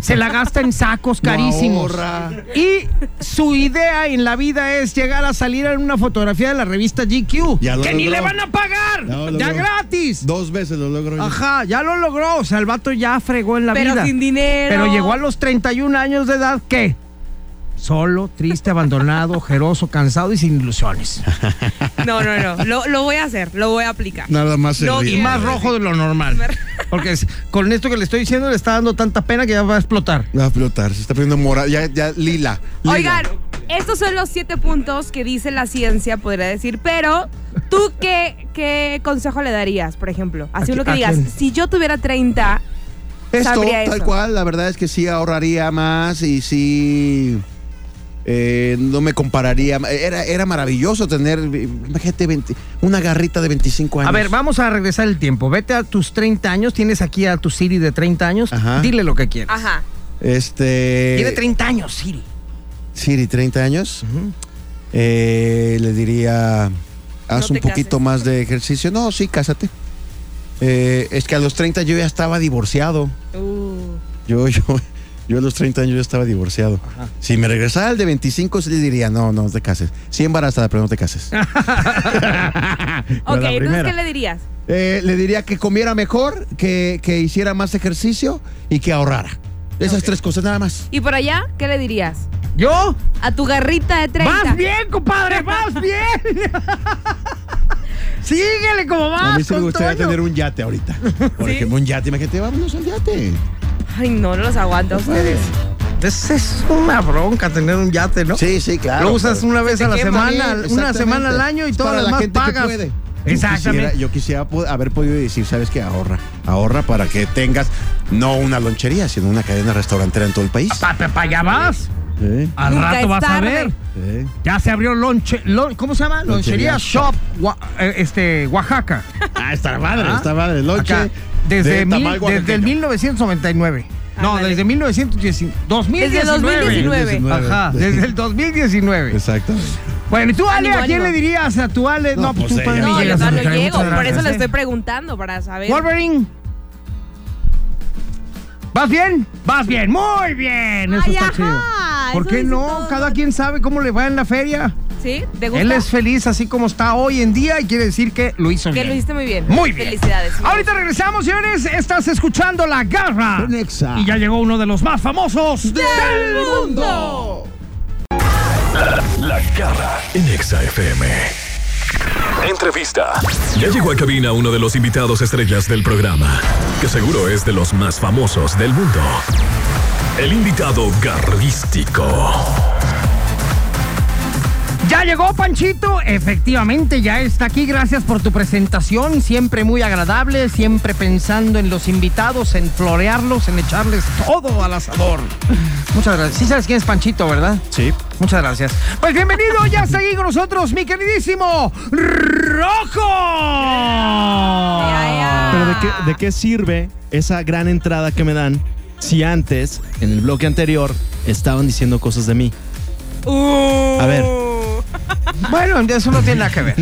S1: se la gasta en sacos
S2: No
S1: carísimos.
S2: ahorra.
S1: y su idea en la vida es llegar a salir en una fotografía de la revista GQ.
S2: Ya lo
S1: que ni
S2: logró.
S1: le van a pagar.
S2: Ya lo
S1: ya
S2: logró.
S1: gratis.
S2: Dos veces lo logro. yo.
S1: Ajá, ya lo logró. O sea, el vato ya fregó en la
S3: pero
S1: vida.
S3: sin dinero.
S1: Pero llegó a los 31 años de edad, ¿qué? Solo, triste, abandonado, (laughs) ojeroso, cansado y sin ilusiones.
S3: No, no, no. Lo, lo voy a hacer, lo voy a aplicar.
S2: Nada más se
S3: No,
S2: ríe.
S1: Y más rojo de lo normal. Porque es- con esto que le estoy diciendo le está dando tanta pena que ya va a explotar.
S2: Va a flotar, se está poniendo moral. Ya, ya, lila. lila.
S3: Oigan, estos son los siete puntos que dice la ciencia, podría decir, pero tú qué, qué consejo le darías, por ejemplo? Así
S1: ¿A
S3: uno
S1: qui-
S3: que
S1: a
S3: digas,
S1: quién?
S3: si yo tuviera 30,
S2: Esto,
S3: sabría
S2: tal
S3: eso.
S2: cual, la verdad es que sí ahorraría más y sí. eh, no me compararía. Era, era maravilloso tener, eh, imagínate, 20 una garrita de 25 años.
S1: A ver, vamos a regresar el tiempo. Vete a tus 30 años, tienes aquí a tu Siri de 30 años,
S2: Ajá.
S1: dile lo que quieres.
S3: Ajá.
S2: Este.
S1: Tiene 30 años, Siri.
S2: Siri, 30 años. Eh, le diría, haz
S3: No
S2: un
S3: te
S2: poquito
S3: cases.
S2: más de ejercicio. No, sí, cásate. Eh, es que a los 30 yo ya estaba divorciado.
S3: Uh,
S2: Yo, (laughs) yo, yo a los 30 años ya estaba divorciado. Si me regresara al de 25, sí le diría, no, no te cases. Sí embarazada, pero no
S3: (laughs)
S2: te cases.
S3: ok, entonces, ¿qué le dirías?
S2: Eh, le diría que comiera mejor, que, que hiciera más ejercicio y que ahorrara. Esas tres cosas nada más.
S3: ¿Y por allá, qué le dirías?
S1: ¿Yo?
S3: A tu garrita de 30.
S1: ¡Vas bien, (laughs) compadre! ¡Vas bien! (laughs) Síguele como vas,
S2: a mí sí me
S1: con
S2: gustaría
S1: Toño.
S2: tener un yate ahorita. Por
S3: Ah, Sí.
S2: ejemplo, un yate. Imagínate, vámonos al yate.
S3: Ay, no, no los aguanto a ustedes.
S1: Es, Pues es una bronca tener un yate, ¿no?
S2: Sí, sí, claro.
S1: Lo usas
S2: pero-
S1: una vez
S2: Se
S1: a la
S2: quema bien,
S1: semana, una
S2: exactamente.
S1: semana al año y
S2: Es
S1: todo
S2: para
S1: lo
S2: la
S1: demás
S2: gente
S1: pagas.
S2: Que puede.
S1: Exactamente.
S2: Yo quisiera, yo quisiera po- haber podido decir, ¿sabes qué? Ahorra. Ahorra para que tengas no una lonchería, sino una cadena restaurantera en todo el país.
S1: Pa, pa- pa- ya vas.
S2: Sí,
S1: Al
S3: Nunca
S1: rato
S3: es
S1: vas a
S3: tarde.
S1: ver.
S2: sí.
S1: Ya se abrió lonche, lon- ¿cómo se llama?
S2: Lonchería
S1: Lonchería Shop, Gua- eh, este, Oaxaca.
S2: Ah, (laughs) está madre,
S1: Ah.
S2: está madre. Lonche
S1: Acá, desde,
S2: de
S1: mil-
S2: tamal
S1: desde el
S2: oaxaqueño.
S1: 1999. No,
S3: Ándale.
S1: desde 1919.
S3: Desde
S1: 2019.
S3: 2019.
S1: Ajá, desde el 2019.
S2: Exactamente.
S1: Bueno, ¿y tú, Ale,
S3: Ánimo,
S1: a quién
S3: ánimo.
S1: le dirías a tu Ale?
S2: No,
S1: No, pues tú
S2: pues ella.
S1: para mí
S3: No, yo
S1: llegas a
S3: todavía no
S1: mi tarea.
S3: llego,
S1: Muchas
S3: por eso
S1: gracias,
S3: le estoy
S1: ¿eh?
S3: preguntando, para saber.
S1: Wolverine. ¿Vas bien? ¿Vas bien? Muy bien. Eso
S3: Ay,
S1: está
S3: ajá,
S1: chido. ¿Por
S3: eso
S1: qué
S3: dicen
S1: no?
S3: todos.
S1: Cada quien sabe cómo le va en la feria.
S3: ¿Sí? ¿Te gusta?
S1: Él es feliz así como está hoy en día y quiere decir que lo hizo
S3: Que
S1: bien.
S3: lo hiciste muy bien.
S1: Muy bien.
S3: Felicidades.
S1: Ahorita regresamos, señores. Estás escuchando La Garra.
S2: Nexa.
S1: Y ya llegó uno de los más famosos del mundo.
S4: La Garra en Exa FM. Entrevista. Ya llegó a cabina uno de los invitados estrellas del programa, que seguro es de los más famosos del mundo. El invitado garrístico.
S1: Ya llegó Panchito, efectivamente ya está aquí. Gracias por tu presentación, siempre muy agradable, siempre pensando en los invitados, en florearlos, en echarles todo al asador. Muchas gracias. Sí sabes quién es Panchito, ¿verdad?
S6: Sí.
S1: Muchas gracias. Pues bienvenido, ya está aquí con nosotros mi queridísimo Rojo.
S6: Pero ¿de qué, de qué sirve esa gran entrada que me dan si antes, en el bloque anterior, estaban diciendo cosas de mí? A ver.
S1: Bueno, eso no tiene nada
S6: (laughs)
S1: que ver.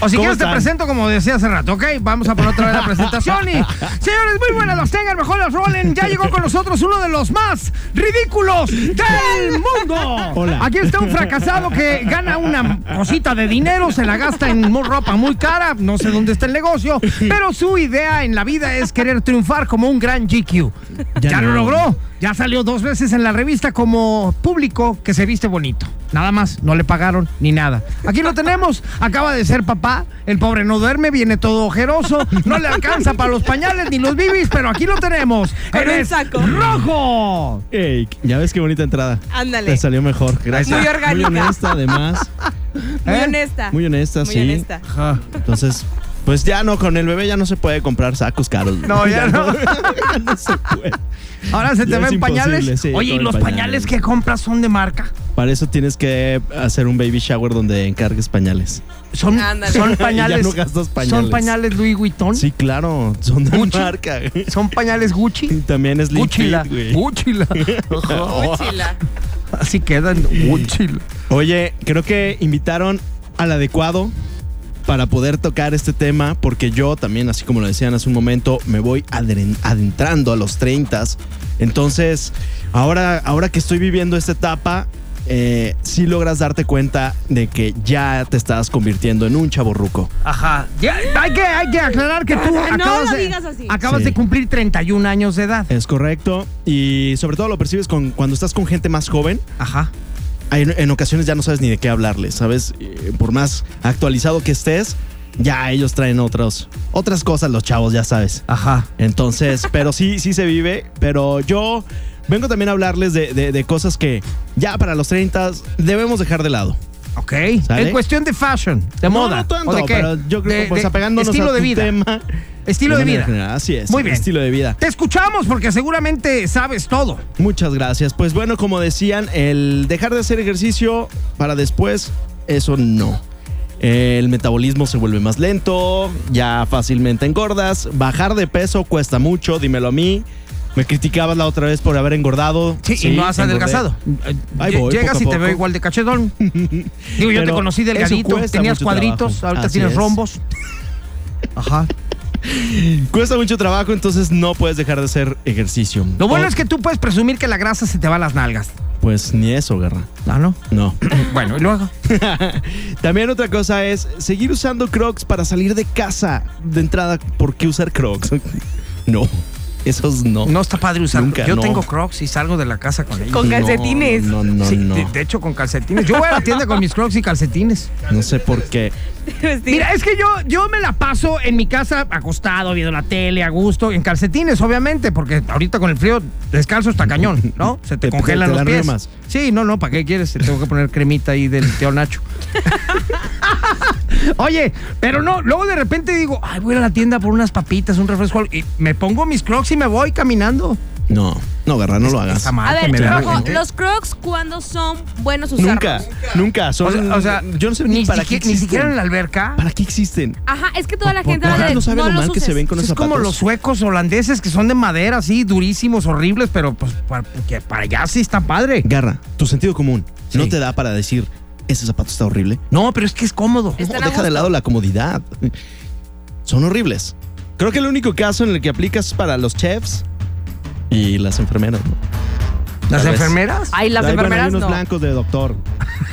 S1: O si
S6: ¿Cómo
S1: quieres te
S6: están?
S1: presento como decía hace rato, ¿ok? Vamos a poner otra vez la
S6: (laughs)
S1: presentación y... Señores, muy buenas las tengan, mejor las rolen. Ya llegó con nosotros uno de los más ridículos
S6: (laughs)
S1: del mundo.
S6: Hola.
S1: Aquí está un fracasado que gana una cosita de dinero, se la gasta en mu- ropa muy cara, no sé dónde está el
S6: (laughs)
S1: negocio, pero su idea en la vida es querer triunfar como un gran GQ. Ya,
S6: Ya
S1: lo
S6: no.
S1: logró, ya salió dos veces en la revista como público que se viste bonito. Nada más, no le pagaron ni nada. Aquí lo tenemos, acaba de ser papá, el pobre no duerme, viene todo ojeroso, no le alcanza para los pañales ni los bibis, pero aquí lo tenemos.
S3: Con un
S1: Él es
S3: saco.
S1: rojo.
S6: Ey, ya ves qué bonita entrada.
S3: Ándale.
S6: Te salió mejor. Gracias.
S3: Muy orgánica.
S6: Muy honesta, además.
S3: Muy
S1: ¿Eh?
S3: honesta.
S6: Muy honesta,
S3: Muy
S6: sí.
S3: honesta.
S6: Ajá. Entonces, pues ya no, con el bebé ya no se puede comprar sacos caros. (laughs)
S1: No, ya no.
S6: Ya no se puede.
S1: Ahora se
S6: Ya
S1: te
S6: es
S1: ven
S6: imposible,
S1: pañales.
S6: sí,
S1: Oye, ¿y
S6: todo en
S1: los
S6: pañales.
S1: pañales que compras son de marca?
S6: Para eso tienes que hacer un baby shower donde encargues pañales.
S1: Son,
S3: Ándale.
S1: son
S6: (laughs) Ya
S1: pañales.
S6: no gastas
S1: Son
S6: pañales.
S1: pañales Louis Vuitton.
S6: Sí, claro, son de
S1: Gucci.
S6: marca. (laughs)
S1: Son pañales Gucci.
S6: Y También es
S1: Gucci-la.
S6: (laughs)
S1: Gucci-la.
S3: (laughs)
S6: Oh.
S3: Mochila.
S1: Así quedan Gucci-la.
S6: Oye, creo que invitaron al adecuado para poder tocar este tema, porque yo también, así como lo decían hace un momento, me voy adren- adentrando a los 30. Entonces, ahora, ahora que estoy viviendo esta etapa, eh, sí logras darte cuenta de que ya te estás convirtiendo en un chaborruco.
S1: Ajá. Ya, hay, que, hay que aclarar que tú
S3: (laughs) No
S1: acabas,
S3: lo
S1: de,
S3: digas así.
S1: acabas
S6: Sí.
S1: de cumplir 31 años de edad.
S6: Es correcto. Y sobre todo lo percibes con, cuando estás con gente más joven.
S1: Ajá.
S6: en, en ocasiones ya no sabes ni de qué hablarles, ¿sabes? Eh, Por más actualizado que estés, ya ellos traen otros, otras cosas los chavos, ya sabes.
S1: Ajá. (laughs)
S6: Entonces, pero sí, sí se vive, pero yo vengo también a hablarles de, de- de cosas que ya para los 30 debemos dejar de lado.
S1: Ok.
S6: ¿Sale?
S1: En cuestión de fashion, de
S6: No,
S1: moda.
S6: no tanto,
S1: ¿o de qué?
S6: pero yo creo
S1: De-
S6: que pues
S1: de
S6: apegándonos
S1: Estilo
S6: a
S1: de
S6: tu
S1: vida.
S6: tema.
S1: Estilo de
S6: manera
S1: vida.
S6: general, así es.
S1: Muy bien.
S6: Estilo de vida.
S1: Te escuchamos porque seguramente sabes todo.
S6: Muchas gracias. Pues bueno, como decían, el dejar de hacer ejercicio para después, eso no. El metabolismo se vuelve más lento, ya fácilmente engordas, bajar de peso cuesta mucho, dímelo a mí. Me criticabas la otra vez por haber engordado.
S1: Sí, y no has
S6: engordé.
S1: adelgazado.
S6: Ahí
S1: Lle-
S6: voy,
S1: Llegas
S6: poco a
S1: y te veo
S6: poco.
S1: igual de
S6: (laughs)
S1: cachetón. Digo, yo te
S6: Pero
S1: conocí
S6: eso
S1: delgadito,
S6: cuesta
S1: tenías
S6: mucho
S1: cuadritos,
S6: trabajo.
S1: ahorita
S6: Así
S1: tienes
S6: es. (laughs)
S1: rombos. Ajá.
S6: Cuesta mucho trabajo, entonces no puedes dejar de hacer ejercicio.
S1: Lo bueno
S6: O-
S1: es que tú puedes presumir que la grasa se te va a las nalgas.
S6: Pues ni eso, Garra.
S1: Ah, ¿no?
S6: No.
S1: (laughs) Bueno, y luego.
S6: También otra cosa es seguir usando Crocs para salir de casa. De entrada, ¿por qué usar Crocs? (laughs) No, esos no.
S1: No está padre usar.
S6: Nunca,
S1: yo
S6: no.
S1: tengo crocs y salgo de la casa con ellos.
S3: Con calcetines.
S6: No, no, no.
S1: Sí,
S6: no.
S1: De, de hecho, con calcetines. Yo voy a la tienda con mis crocs y calcetines.
S6: No sé por qué.
S3: Vestir.
S1: Mira, es que yo, yo me la paso en mi casa acostado, viendo la tele, a gusto, en calcetines, obviamente, porque ahorita con el frío descalzo está cañón,
S6: (laughs)
S1: ¿no? Se te
S6: Te-
S1: congelan
S6: te
S1: los
S6: dan
S1: pies.
S6: remas.
S1: Sí, no, no, ¿para qué quieres? Te tengo que poner cremita ahí del tío
S6: (laughs)
S1: Nacho. Oye, pero no, luego de repente digo, ay, voy a ir a la tienda por unas papitas, un refresco, algo", y me pongo mis crocs y me voy caminando.
S6: No, no, Garra, no lo hagas.
S1: Está mal
S3: A
S1: que
S3: ver,
S1: me la
S3: Rojo,
S1: gente.
S3: los crocs, ¿cuándo son buenos usarlos?
S6: Nunca, nunca.
S1: O
S6: son-
S1: sea, o sea,
S6: yo no sé ni, para
S1: siquiera,
S6: qué
S1: ni
S6: existen.
S1: siquiera en la alberca.
S6: ¿Para qué existen?
S3: Ajá, es que toda la gente
S6: Garra
S3: habla de
S6: no sabe
S3: no
S6: lo
S3: los
S6: mal que
S3: uses.
S6: se ven con
S1: Es
S6: esos zapatos.
S1: como los suecos holandeses que son de madera, así, durísimos, horribles, pero pues para, que para allá sí está padre.
S6: Garra, tu sentido común
S1: Sí.
S6: no te da para decir, ese zapato está horrible.
S1: No, pero es que es cómodo.
S6: No,
S3: Están a
S6: deja de
S3: gusto.
S6: lado la comodidad. Son horribles. Creo que el único caso en el que aplicas es para los chefs y las enfermeras. ¿no?
S1: ¿Las
S6: tal vez.
S1: enfermeras?
S3: Ay, las
S6: Hay, bueno, hay
S3: enfermeras
S6: unos
S3: no.
S6: blancos
S3: (laughs)
S6: de doctor.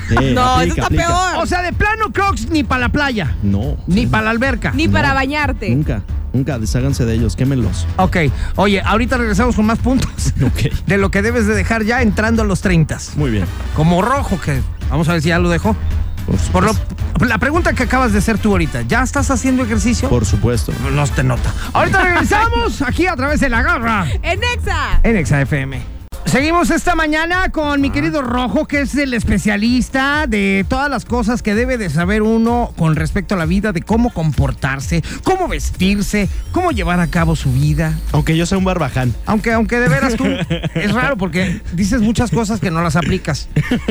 S6: Sí,
S3: No, eso
S6: aplica,
S3: está
S6: aplica.
S3: peor.
S1: O sea, de plano Crocs ni para la playa,
S6: No.
S1: ni para la alberca.
S3: Ni para
S6: no.
S3: bañarte.
S6: Nunca, nunca. Desháganse de ellos,
S3: (laughs)
S6: quémenlos.
S1: Ok, oye, ahorita regresamos con más puntos
S6: Ok.
S1: de lo que debes de dejar ya entrando a los 30.
S6: Muy bien.
S1: Como rojo, que vamos a ver si ya lo dejó.
S6: Por,
S1: Por lo-
S6: supuesto.
S1: la pregunta que acabas de hacer tú ahorita, ¿ya estás haciendo ejercicio?
S6: Por supuesto.
S1: No te nota. Ahorita regresamos aquí a través de la garra
S3: En Exa.
S1: en Exa FM. Seguimos esta mañana con
S2: Ah.
S1: mi querido Rojo, que es el especialista de todas las cosas que debe de saber uno con respecto a la vida, de cómo comportarse, cómo vestirse, cómo llevar a cabo su vida.
S6: Aunque yo sea un barbaján. (laughs)
S1: Aunque, aunque de veras
S2: (laughs)
S1: tú, es raro porque dices muchas cosas que no las aplicas.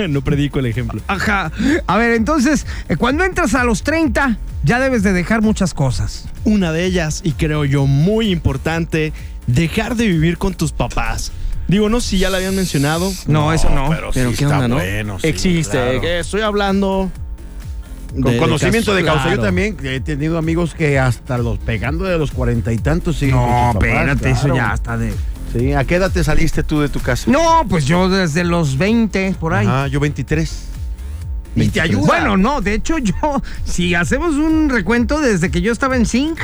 S6: no predico el ejemplo.
S1: Ajá. A ver, entonces, eh, cuando entras a los 30, ya debes de dejar muchas cosas.
S6: Una de ellas, y creo yo muy importante, dejar de vivir con tus papás. Digo, no sé si ya la habían mencionado.
S1: No, eso no.
S2: Pero, sí
S6: ¿qué
S2: está
S6: onda, no?
S2: bueno, sí,
S6: Existe.
S2: claro.
S6: que estoy hablando.
S2: Con
S6: de-
S2: conocimiento de causa.
S6: claro.
S2: Yo también he tenido amigos que hasta los pegando de los cuarenta y tantos siguen
S1: No,
S2: con sus papás,
S1: espérate, eso
S2: claro.
S1: ya está de.
S2: Sí, ¿a qué edad te saliste tú de tu casa?
S1: No, pues yo desde los 20, por ahí.
S2: Ah, yo 23. Y te
S6: 23.
S2: ayuda.
S1: Bueno, no, de hecho yo, (laughs) si hacemos un recuento desde que yo estaba en Zinc,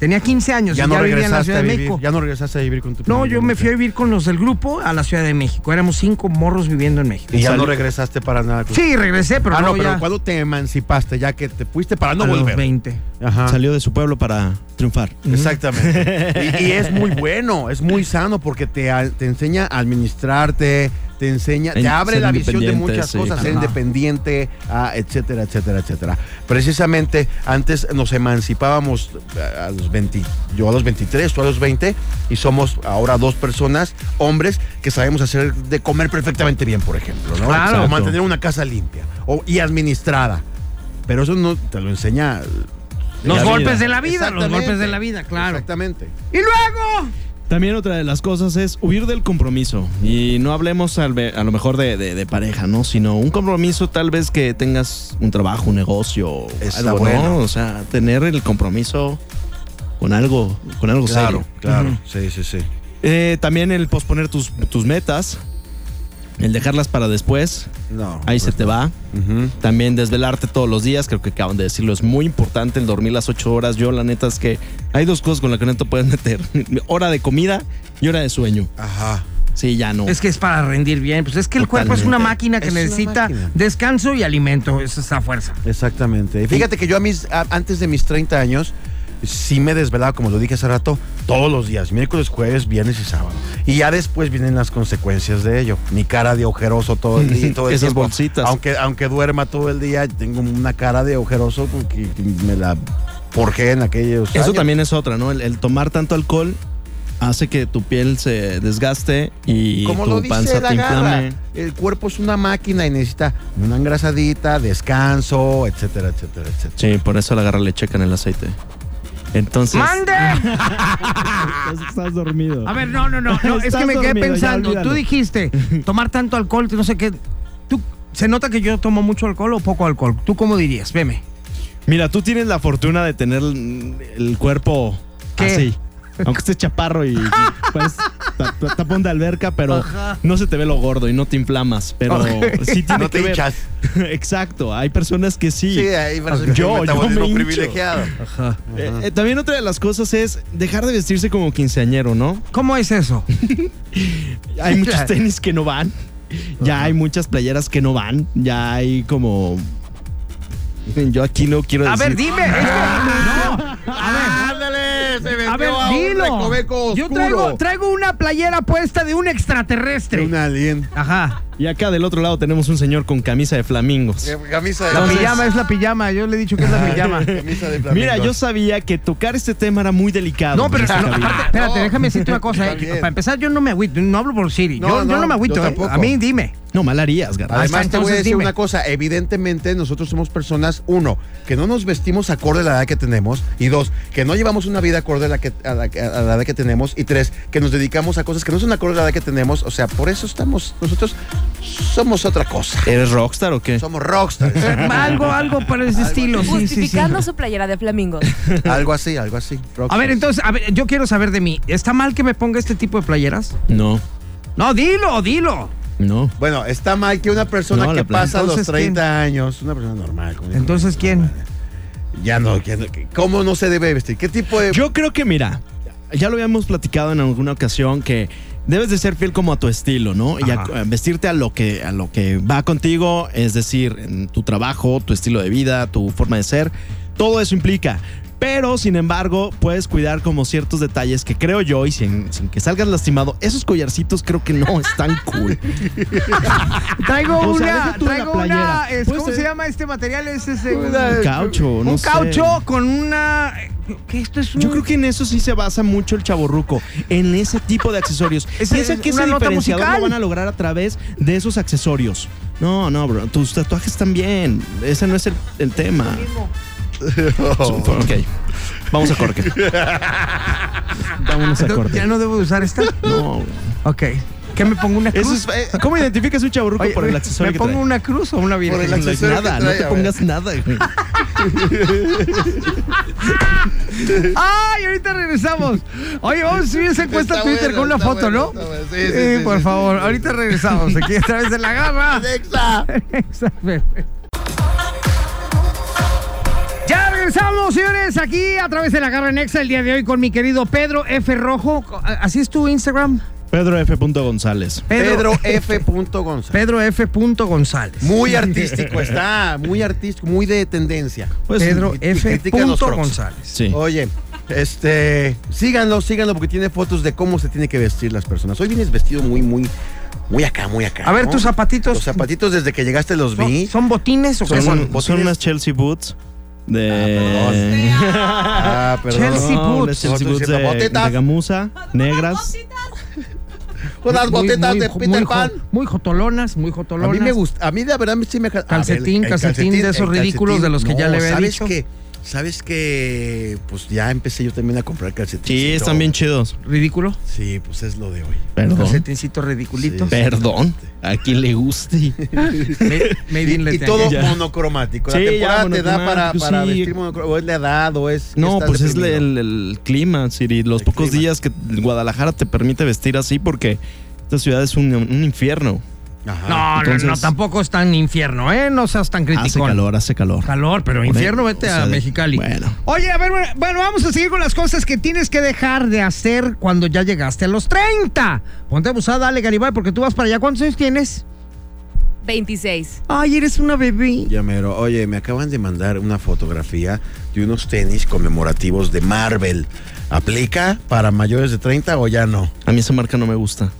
S1: tenía 15 años
S2: ya
S1: y
S2: no
S1: ya vivía en la
S2: regresaste
S1: Ciudad
S2: a
S1: de
S2: vivir.
S1: México.
S2: Ya no regresaste a vivir con tu
S1: No,
S2: familia,
S1: yo me
S2: mujer.
S1: fui a vivir con los del grupo a la Ciudad de México. Éramos cinco morros viviendo en México.
S2: Y ya
S6: Salí-
S2: no regresaste para nada. con-
S1: Sí, regresé, pero
S2: ah, no,
S1: no,
S2: pero
S1: ya
S2: ¿cuándo te emancipaste? Ya que te fuiste para no
S1: a los
S2: volver.
S1: 20.
S2: Ajá.
S6: Salió de su pueblo para triunfar. (laughs)
S2: Exactamente. Y, y es muy bueno, es muy sano porque te, a- te enseña a administrarte, te enseña, te
S6: En-
S2: abre
S6: ser
S2: la visión de
S6: independiente,
S2: muchas
S6: sí.
S2: cosas, ser
S1: Ajá.
S2: independiente, ah, etcétera, etcétera, etcétera. Precisamente antes nos emancipábamos ah, a los 20, yo a los 23, tú a los 20, y somos ahora dos personas, hombres, que sabemos hacer de comer perfectamente bien, por ejemplo, ¿no?
S1: Claro.
S2: O mantener una casa limpia o, y administrada. Pero eso no te lo enseña. eh,
S1: Los
S6: La
S1: golpes
S6: vida.
S1: de la vida, los
S2: Exactamente.
S1: golpes de la vida, claro.
S2: Exactamente.
S1: Y luego,
S6: También otra de las cosas es huir del compromiso. Y no hablemos al ve- a lo mejor de, de- de pareja, ¿no? Sino un compromiso tal vez que tengas un trabajo, un negocio,
S2: Está
S6: algo, ¿no?
S2: bueno.
S6: O sea, tener el compromiso con algo, con algo
S2: Claro,
S6: serio.
S2: claro. Sí, sí, sí.
S6: Eh, también el posponer tus, tus metas, el dejarlas para después,
S2: No.
S6: ahí se te va.
S2: Ujú.
S6: También desvelarte todos los días, creo que acaban de decirlo, es muy importante el dormir las 8 horas. Yo la neta es que hay dos cosas con las que no te puedes (laughs) meter. hora de comida y hora de sueño.
S2: Ajá.
S6: Sí, ya no.
S1: es que es para rendir bien. Pues es que el cuerpo es una
S6: Totalmente.
S1: máquina que
S2: Es una
S1: necesita
S2: máquina.
S1: descanso y alimento. Esa es la fuerza.
S2: Exactamente. Y Fíjate que yo a mis, a- antes de mis 30 años sí me desvelaba, como lo dije hace rato, todos los días, miércoles, jueves, viernes y sábado. Y ya después vienen las consecuencias de ello. Mi cara de ojeroso todo el
S6: (laughs)
S2: día. y Todo el
S6: Esas
S2: tiempo.
S6: bolsitas.
S2: Aunque, aunque duerma todo el día, tengo una cara de ojeroso porque me la porqué en aquellos
S6: Eso
S2: años.
S6: también es otra, ¿no? El, el tomar tanto alcohol hace que tu piel se desgaste y
S2: Como
S6: tu
S2: lo dice
S6: panza
S2: la
S6: te
S2: garra,
S6: inflame.
S2: el cuerpo es una máquina y necesita una engrasadita, descanso, etcétera, etcétera, etcétera.
S6: Sí, por eso a la garra le checan el aceite. Entonces.
S1: ¡Mande!
S6: Estás dormido.
S1: A ver, no, no, no, no, es
S6: Estás
S1: que me quedé
S6: dormido, ya
S1: pensando. Tú
S6: olvídalo.
S1: dijiste tomar tanto alcohol, no sé qué. Tú, se nota que yo tomo mucho alcohol o poco alcohol. ¿Tú cómo dirías? Veme.
S6: Mira, tú tienes la fortuna de tener el, el cuerpo
S1: ¿Qué?
S6: así. Aunque estés chaparro y, y, pues ta- ta- tapón de alberca, pero no se te ve lo gordo y no te inflamas. Pero
S1: (laughs)
S6: sí
S2: No
S6: tiene que
S2: te
S6: ver.
S2: hinchas.
S6: (laughs) Exacto, hay personas que sí. Eh,
S2: Sí, ahí parece que
S6: Yo-
S2: es un
S6: yo
S2: metabolismo
S6: me hincho.
S2: privilegiado.
S6: Eh, eh, también otra de las cosas es dejar de vestirse como quinceañero, ¿no?
S1: ¿Cómo es eso?
S6: Hay
S1: Sí,
S6: muchos
S1: claro.
S6: tenis que no van, ya hay muchas playeras que no van, ya hay como... Yo aquí no quiero
S1: A
S6: decir...
S1: ver, dime. es que- no, a
S2: Ándale, se
S1: ver, a ver,
S2: metió a un
S1: dilo.
S2: recoveco
S1: Yo
S2: oscuro.
S1: traigo, traigo una playera puesta de un extraterrestre.
S2: un alien.
S1: Ajá.
S6: Y acá del otro lado tenemos un señor con camisa de flamingos.
S2: Eh, Camisa de
S1: La
S6: Entonces-
S1: pijama es la pijama. Yo le he dicho que es la pijama.
S2: Camisa de
S6: Mira,
S2: flamingos.
S6: yo sabía que tocar este tema era muy delicado.
S1: (laughs) No, pero
S6: en esta
S1: no,
S6: cabina.
S1: aparte, espérate,
S2: No.
S1: déjame decirte una cosa. eh,
S2: Está bien.
S1: Para empezar, yo no me agüito. No hablo por Siri.
S2: No,
S1: yo, yo
S2: no,
S1: no me agüito.
S2: yo
S1: eh.
S2: tampoco.
S1: A mí dime.
S6: No, mal harías, Garra.
S2: Además,
S1: Ah, está,
S2: te voy a
S1: entonces,
S2: decir
S1: dime.
S2: una cosa. Evidentemente, nosotros somos personas, uno, que no nos vestimos acorde a la edad que tenemos. Y dos, que no llevamos una vida acorde a la, que, a la, a la edad que tenemos. Y tres, que nos dedicamos a cosas que no son acorde a la edad que tenemos. O sea, por eso estamos. Nosotros somos otra cosa.
S6: ¿Eres rockstar o qué?
S1: (laughs)
S2: Somos rockstars.
S1: Algo, algo para ese estilo. sí, sí, sí.
S3: Justificando su playera de flamingos.
S2: algo así, algo así.
S1: A
S2: rockstars.
S1: ver, entonces, a ver, yo quiero saber de mí. ¿Está mal que me ponga este tipo de playeras?
S6: No,
S1: No, dilo, dilo.
S6: no.
S2: Bueno, está mal que una persona
S6: No,
S2: que
S6: la plan-
S2: pasa los
S1: Entonces,
S2: 30 años, una persona normal. como dijo,
S1: Entonces, ¿quién?
S2: Ya no, ya no, ¿cómo no se debe vestir? ¿Qué tipo (laughs) de...?
S6: Yo creo que, mira, ya lo habíamos platicado en alguna ocasión que debes de ser fiel como a tu estilo, ¿no? Y a-
S1: Ajá.
S6: a vestirte a lo, que, a lo que va contigo, es decir, en tu trabajo, tu estilo de vida, tu forma de ser. Todo eso implica. Pero, sin embargo, puedes cuidar como ciertos detalles que creo yo, y sin, sin que salgas lastimado, esos collarcitos creo que no están
S1: (laughs)
S6: cool.
S1: Traigo
S6: O sea,
S1: una,
S6: deja tú la
S1: traigo
S6: playera.
S1: una, es-
S6: Puede
S1: ¿cómo
S6: ser-
S1: se llama este material? Es ese,
S6: Un caucho, no
S1: un
S6: sé.
S1: caucho con una, ¿qué esto es? Un,
S6: Yo creo que en eso sí se basa mucho el chaborruco, en ese tipo de accesorios.
S1: Ese
S6: Piensa
S1: es
S6: que ese
S1: una nota
S6: diferenciador
S1: musical.
S6: lo van a lograr a través de esos accesorios. No, no, bro, tus tatuajes también. Ese no es el, el tema.
S1: Oh.
S6: Ok, vamos a corte.
S1: (laughs)
S6: Vámonos a
S1: No,
S6: corte.
S1: Ah, ya no debo de usar esta.
S6: No,
S1: Ok. ¿Qué me pongo una cruz?
S6: eso es, eh, ¿Cómo identificas un chaburruco
S1: Oye,
S6: por el
S1: oye, ¿Me
S6: accesorio que
S1: pongo
S6: trae?
S1: una cruz o una virgen?
S6: No, no es
S2: accesorio
S6: nada,
S2: que trae,
S6: no
S2: a
S6: te
S2: ver.
S6: pongas nada, güey.
S1: ¡Ay! Ahorita regresamos. Oye, vamos a subir esa encuesta a
S2: Está
S1: Twitter
S2: bueno,
S1: con una
S2: está
S1: foto,
S2: bueno,
S1: ¿no?
S2: está bueno. Sí,
S1: Sí,
S2: sí, sí,
S1: por
S2: sí,
S1: favor.
S2: sí, sí.
S1: ahorita regresamos aquí a través de la garra.
S2: (laughs) Alexa.
S1: Ya regresamos, señores, aquí a través de la garra en Exa el día de hoy con mi querido Pedro F. Rojo. ¿Así es tu Instagram?
S6: Pedro F. González.
S2: Pedro F. González.
S1: Pedro F. González. (laughs)
S2: Muy artístico está, muy artístico, muy de tendencia.
S6: Pues,
S1: Pedro F.
S2: critica los crocs.
S1: González.
S6: Sí.
S2: Oye, este, síganlo, síganlo porque tiene fotos de cómo se tiene que vestir las personas. Hoy vienes vestido muy, muy, muy acá, muy acá.
S1: A ver,
S2: ¿no?
S1: tus zapatitos.
S2: Los zapatitos desde que llegaste los vi.
S1: ¿Son, son botines o qué
S6: Son,
S1: son?
S6: son unas Chelsea Boots de...
S2: perdón. Ah, perdón.
S1: Chelsea
S6: No,
S1: Boots.
S6: unas Chelsea
S2: Nosotros
S6: Boots
S2: diciendo
S6: de,
S2: botetas.
S6: de gamuza, negras.
S2: Con las
S1: Muy-
S2: botetas
S1: muy-
S2: de
S1: muy
S2: Peter
S1: jo-
S2: Pan.
S1: Muy jotolonas, muy
S2: A
S1: jotolonas.
S2: mí me gusta, a mí la verdad sí me... ja-
S1: Calcetín,
S2: A ver, el
S1: calcetín de esos
S2: el
S1: ridículos de los que ya le había
S2: ¿sabes
S1: dicho?
S2: Que, ¿Sabes que Pues ya empecé yo también a comprar calcetines.
S6: Sí, están bien chidos.
S1: Ridículo.
S2: Sí, pues es lo de hoy.
S6: Perdón.
S1: Calcetincito ridiculito.
S2: Sí.
S6: Perdón. A quien le (laughs) guste.
S1: Made- made in
S2: (laughs) Y, y
S1: Latin.
S2: todo
S6: Ya.
S2: monocromático. la
S6: Sí, ya
S2: temporada te da
S6: monocromático, pues
S2: para, para
S6: sí.
S2: vestir monocromático. O es la edad, o es. que
S6: No,
S2: estás
S6: pues es el,
S2: deprimido.
S6: el clima, Siri. Los
S2: El
S6: pocos
S2: clima.
S6: días que Guadalajara te permite vestir así porque esta ciudad es un, un infierno.
S2: Ajá.
S1: No,
S6: Entonces-
S1: no, no, tampoco es tan infierno, ¿eh? No seas tan crítico.
S6: Hace calor, hace calor.
S1: Calor, pero
S6: Por
S1: infierno,
S6: ahí,
S1: vete
S6: o sea,
S1: a
S6: de-
S1: Mexicali.
S6: bueno.
S1: Oye, a ver, bueno, bueno, vamos a seguir con las cosas que tienes que dejar de hacer cuando ya llegaste a los 30. Ponte abusada, dale, Garibay, porque tú vas para allá. ¿Cuántos años tienes?
S3: 26.
S1: Ay, eres una bebé.
S2: Ya mero. Oye, me acaban de mandar una fotografía de unos tenis conmemorativos de Marvel. ¿Aplica para mayores de 30 o ya no?
S6: A mí esa marca no me gusta.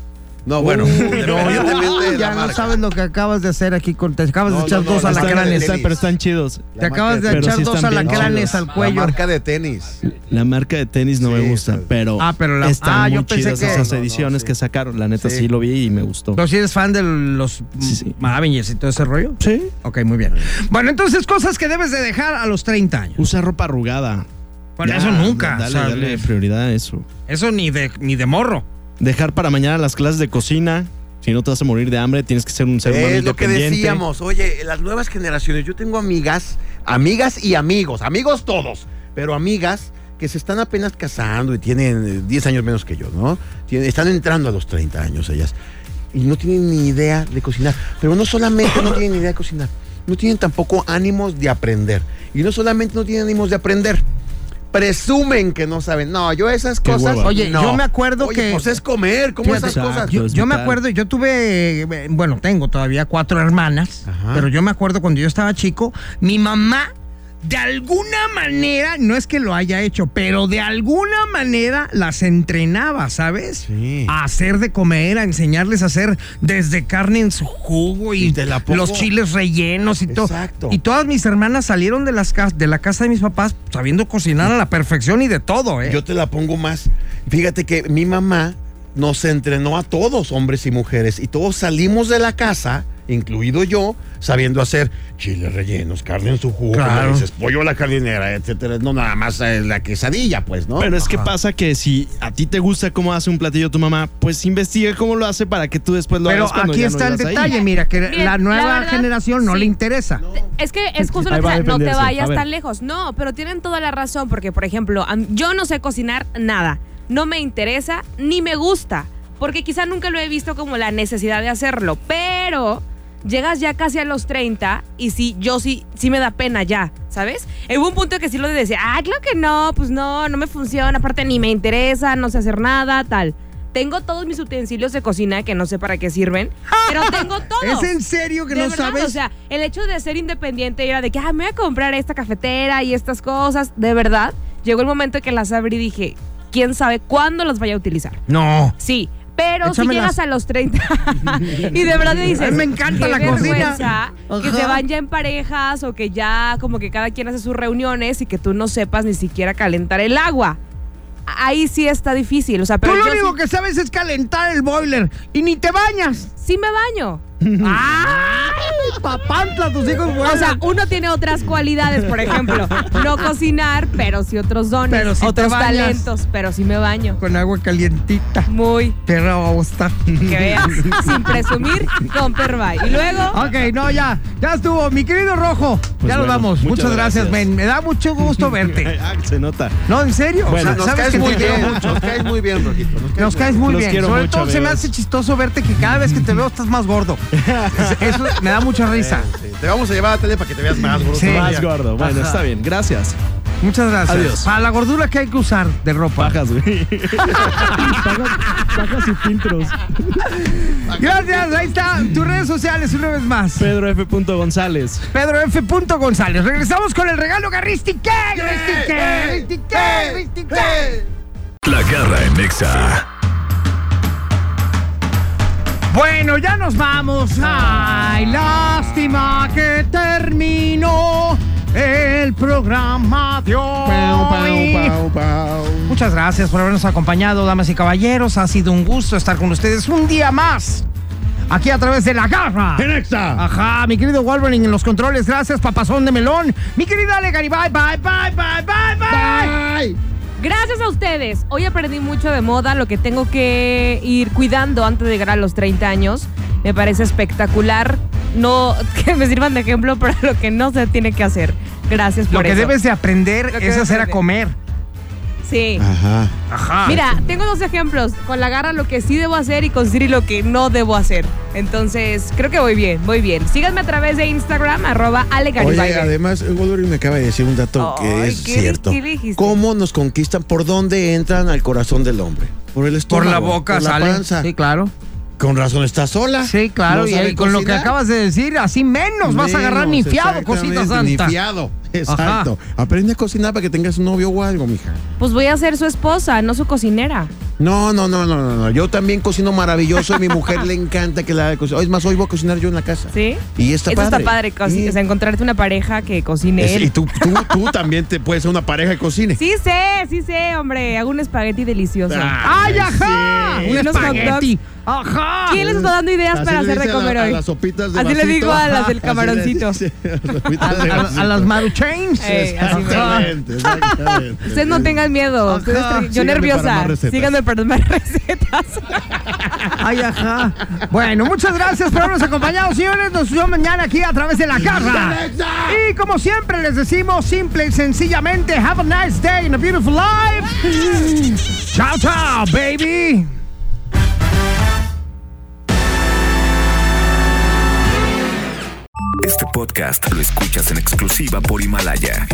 S2: No, (laughs) bueno.
S6: Uh,
S2: depende- depende de
S1: ya
S2: la
S1: no
S2: marca.
S1: sabes lo que acabas de hacer aquí. Con, te acabas
S2: No,
S1: de echar
S2: no, no,
S1: dos
S2: la
S6: Están-
S1: alacranes.
S2: tenis.
S6: están- pero están chidos.
S2: La
S1: Te acabas
S2: marca
S1: de
S6: pero
S1: echar
S6: sí
S1: dos
S6: están bien
S1: alacranes
S6: chidos.
S1: al
S2: La
S1: cuello.
S2: marca de tenis.
S6: La marca de tenis no
S2: Sí,
S6: me gusta,
S2: está-
S6: pero,
S1: Ah, pero la-
S6: están
S1: ah,
S6: muy
S1: yo pensé
S6: chidas
S1: que-
S6: esas
S2: No, no,
S6: ediciones
S2: sí.
S6: que sacaron. La neta
S2: Sí.
S6: sí. lo vi y me gustó.
S1: ¿Pero si eres fan de los mm,
S6: Sí, sí.
S1: Avengers y todo ese rollo?
S6: Sí.
S1: Ok, muy bien. Bueno, entonces cosas que debes de dejar a los 30 años.
S6: Usa ropa arrugada.
S1: Bueno,
S6: Ya,
S1: eso nunca.
S6: Dale,
S1: o sea,
S6: dale prioridad a eso.
S1: Eso ni de, ni de morro.
S6: Dejar para mañana las clases de cocina. Si no te vas a morir de hambre, tienes que ser un ser humano
S2: Es lo que
S6: independiente.
S2: decíamos, oye, las nuevas generaciones, yo tengo amigas, amigas y amigos, amigos todos, pero amigas que se están apenas casando y tienen eh, 10 años menos que yo, ¿no? Tienen- están entrando a los 30 años ellas y no tienen ni idea de cocinar, pero no solamente no tienen ni idea de cocinar, no tienen tampoco ánimos de aprender y no solamente no tienen ánimos de aprender. Presumen que no saben. No, yo esas
S6: Qué
S2: cosas.
S6: hueva.
S1: Oye,
S2: no.
S1: yo me acuerdo
S2: Oye,
S1: que-
S2: Pues es comer, ¿cómo
S1: Fíjate,
S2: esas cosas?
S1: Yo,
S6: Pues,
S1: yo me
S6: vital.
S1: acuerdo, yo tuve, eh, bueno, tengo todavía cuatro hermanas,
S2: Ajá.
S1: pero yo me acuerdo cuando yo estaba chico, mi mamá, de alguna manera, no es que lo haya hecho, pero de alguna manera las entrenaba, ¿sabes?
S2: Sí.
S1: A hacer de comer, a enseñarles a hacer desde carne en su jugo y,
S2: Y te la pongo.
S1: los chiles rellenos y todo.
S2: Exacto.
S1: Y todas mis hermanas salieron de, las cas- de la casa de mis papás sabiendo cocinar a la perfección y de todo, ¿eh?
S2: Yo te la pongo más. Fíjate que mi mamá nos entrenó a todos, hombres y mujeres, y todos salimos de la casa, incluido yo, sabiendo hacer chiles rellenos, carne en su jugo, como
S1: Claro.
S2: dices, pollo a la jardinera, etcétera. No nada más eh, la quesadilla, pues, ¿no?
S6: Pero es que
S1: Ajá.
S6: pasa que si a ti te gusta cómo hace un platillo tu mamá, pues investiga cómo lo hace para que tú después lo
S1: Pero
S6: hagas cuando
S1: aquí
S6: ya no
S1: está el
S6: vivas ahí.
S1: detalle, mira, que
S3: Bien,
S1: la
S3: la
S1: nueva
S3: verdad,
S1: generación no
S3: sí.
S1: le interesa.
S3: Es que es justo lo
S6: Ahí
S3: que
S6: va a
S3: sea, no te
S6: defenderse. A
S3: vayas
S6: ver.
S3: tan lejos. No, pero tienen toda la razón, porque por ejemplo, a mí- yo no sé cocinar nada. No me interesa ni me gusta, porque quizá nunca lo he visto como la necesidad de hacerlo, pero llegas ya casi a los 30 y sí, yo sí, sí me da pena ya, ¿sabes? Hubo un punto que sí lo decía, ah, claro que no, pues no, no me funciona, aparte ni me interesa, no sé hacer nada, tal. Tengo todos mis utensilios de cocina que no sé para qué
S6: (laughs)
S3: sirven, pero tengo todos.
S1: ¿Es en serio que
S3: De
S1: no
S3: verdad,
S1: sabes?
S3: O sea, el hecho de ser independiente era de que, ah, me voy a comprar esta cafetera y estas cosas, de verdad. llegó el momento que las abrí y dije, quién sabe cuándo las vaya a utilizar.
S1: No.
S3: Sí, pero si
S1: Échamelas.
S3: llegas a los 30 (laughs) y de verdad dices,
S1: Ay, me encanta
S3: qué
S1: la cocina.
S3: vergüenza Que
S1: Ajá.
S3: se van ya en parejas o que ya como que cada quien hace sus reuniones y que tú no sepas ni siquiera calentar el agua. Ahí sí está difícil, o sea, pero
S1: Tú lo
S3: yo
S1: único
S3: sí,
S1: que sabes es calentar el boiler y ni te bañas.
S3: sí me
S1: (laughs)
S3: baño.
S1: ¡Ay, papantla, tus hijos
S3: Mm. O sea,
S1: vuelan!
S3: uno tiene otras cualidades, por ejemplo,
S1: (laughs)
S3: no cocinar, pero sí otros dones,
S1: Pero sí te
S3: otros
S1: bañas.
S3: talentos, pero sí me baño.
S1: con agua calientita.
S3: Muy,
S1: Perra
S3: (laughs)
S1: babosa.
S3: que
S1: (laughs)
S3: veas, sin presumir, con Pervay. Y luego,
S1: Ok, no, ya, ya estuvo. Mi querido Rojo, ya nos
S6: Pues bueno,
S1: vamos.
S6: muchas
S1: Muchas, gracias,
S6: gracias.
S1: men. Me da mucho
S6: (laughs)
S1: gusto verte.
S6: Ah, Se nota.
S1: No, en serio. O
S6: Bueno,
S1: sea,
S2: nos
S1: sabes
S2: caes
S1: que
S2: muy
S1: te
S2: bien,
S1: quiero mucho.
S2: nos caes muy bien, Rojito. Nos caes
S1: Nos
S2: muy
S1: caes muy
S6: Los
S1: bien.
S6: quiero
S1: Sobre
S6: mucho,
S1: todo se me
S6: amigos.
S1: hace chistoso verte que cada vez que te veo estás más
S6: (laughs)
S1: gordo. Eso me da mucha risa.
S6: Eh.
S2: bien. Sí, Te vamos a llevar a la tele para que te veas más gordo.
S1: Sí.
S6: Más gordo. Bueno,
S1: Ajá.
S6: está bien. Gracias.
S1: Muchas gracias.
S6: Adiós.
S1: Para la gordura que hay que usar de ropa.
S6: Pajas,
S1: (laughs)
S6: güey. pajas, pajas y filtros.
S1: Gracias, ahí está. Tus redes sociales una vez más.
S6: Pedro F.
S1: (laughs)
S6: González.
S1: Pedro F. González. Regresamos con el regalo garristique. Garristique, garristique, garristique.
S4: La garra en Nexa.
S1: Bueno, ya nos vamos. Ay, lástima que terminó el programa de hoy. Muchas gracias por habernos acompañado, damas y caballeros. Ha sido un gusto estar con ustedes un día más. Aquí a través de la garra. Ajá, mi querido Wolverine en los controles. Gracias, papazón de melón. Mi querida Ale Garibay, bye, bye, bye, bye, bye.
S3: Gracias a ustedes. Hoy aprendí mucho de moda, lo que tengo que ir cuidando antes de llegar a los 30 años. Me parece espectacular. No (laughs) que me sirvan de ejemplo para lo que no se tiene que hacer. Gracias por
S1: Lo que
S3: eso.
S1: debes de aprender
S3: Lo que
S1: es
S3: debes
S1: hacer a
S3: aprender.
S1: comer.
S3: Sí.
S1: Ah.
S2: Ajá.
S1: Ajá.
S3: Mira, tengo dos ejemplos. Con la garra lo que sí debo hacer y con Siri lo que no debo hacer. Entonces, creo que voy bien, voy bien. Síganme a través de Instagram, arroba Ale
S2: Oye,
S3: Garibay.
S2: además, el Wolverine me acaba de decir un dato que
S3: Ay,
S2: es
S3: ¿qué di-
S2: cierto.
S3: qué dijiste?
S2: ¿Cómo nos conquistan? ¿Por dónde entran al corazón del hombre? Por el
S1: por
S2: estómago.
S1: la boca
S2: por la
S1: sale.
S2: panza.
S1: Sí, claro.
S2: Con razón está sola.
S1: Sí, claro,
S2: No
S1: y,
S2: sabe
S1: ahí con lo que
S2: cocinar.
S1: acabas de decir, así menos, vas a agarrar ni
S2: Menos,
S1: fiado, cosita
S2: exactamente,
S1: santa.
S2: Ni fiado. Exacto. Aprende a cocinar para que tengas un novio o algo, mija.
S3: Pues voy a ser su esposa, no su cocinera.
S2: No, no, no, no, no, no. Yo también cocino maravilloso. A mi mujer le encanta que la haga cocinar. Es más, hoy voy a cocinar yo en la casa.
S3: ¿Sí?
S2: Y está
S3: Eso
S2: padre.
S3: está padre, cosi-
S2: Sí.
S3: o sea, encontrarte una pareja que cocine
S2: Es-
S3: él.
S2: y tú, tú, tú también te puedes ser una pareja que cocine.
S3: Sí sé, sí sé, hombre. Hago un espagueti delicioso.
S2: Ah.
S1: ¡Ay, ajá!
S3: sí.
S1: Un
S3: Unos hot dogs.
S1: espagueti. ¡Ajá!
S3: ¿Quién les está dando ideas
S2: Así
S3: para
S2: le
S3: hacer de
S2: dice a la-
S3: comer
S2: a
S3: hoy?
S2: las sopitas de
S3: Así le
S2: vasito.
S3: digo a las del
S2: (laughs) Así le
S3: camaroncito.
S2: dice a las
S1: A,
S2: sopitas de
S1: a- a las
S2: vasito.
S1: Maruchains.
S3: Ey, así me-
S2: Exactamente, exactamente.
S3: Ustedes no tengan miedo.
S1: Ajá.
S3: ustedes tra- yo
S2: Síganme para
S3: nerviosa.
S2: más recetas.
S3: Síganme para más (laughs) recetas.
S1: ¡Ay, ajá! Bueno, muchas gracias por habernos acompañado, señores. Nos vemos mañana aquí a través de la garra. Y como siempre les decimos, simple y sencillamente, have a nice day and a beautiful life. ¡Chao, chao, baby!
S5: Este podcast lo escuchas en exclusiva por Himalaya.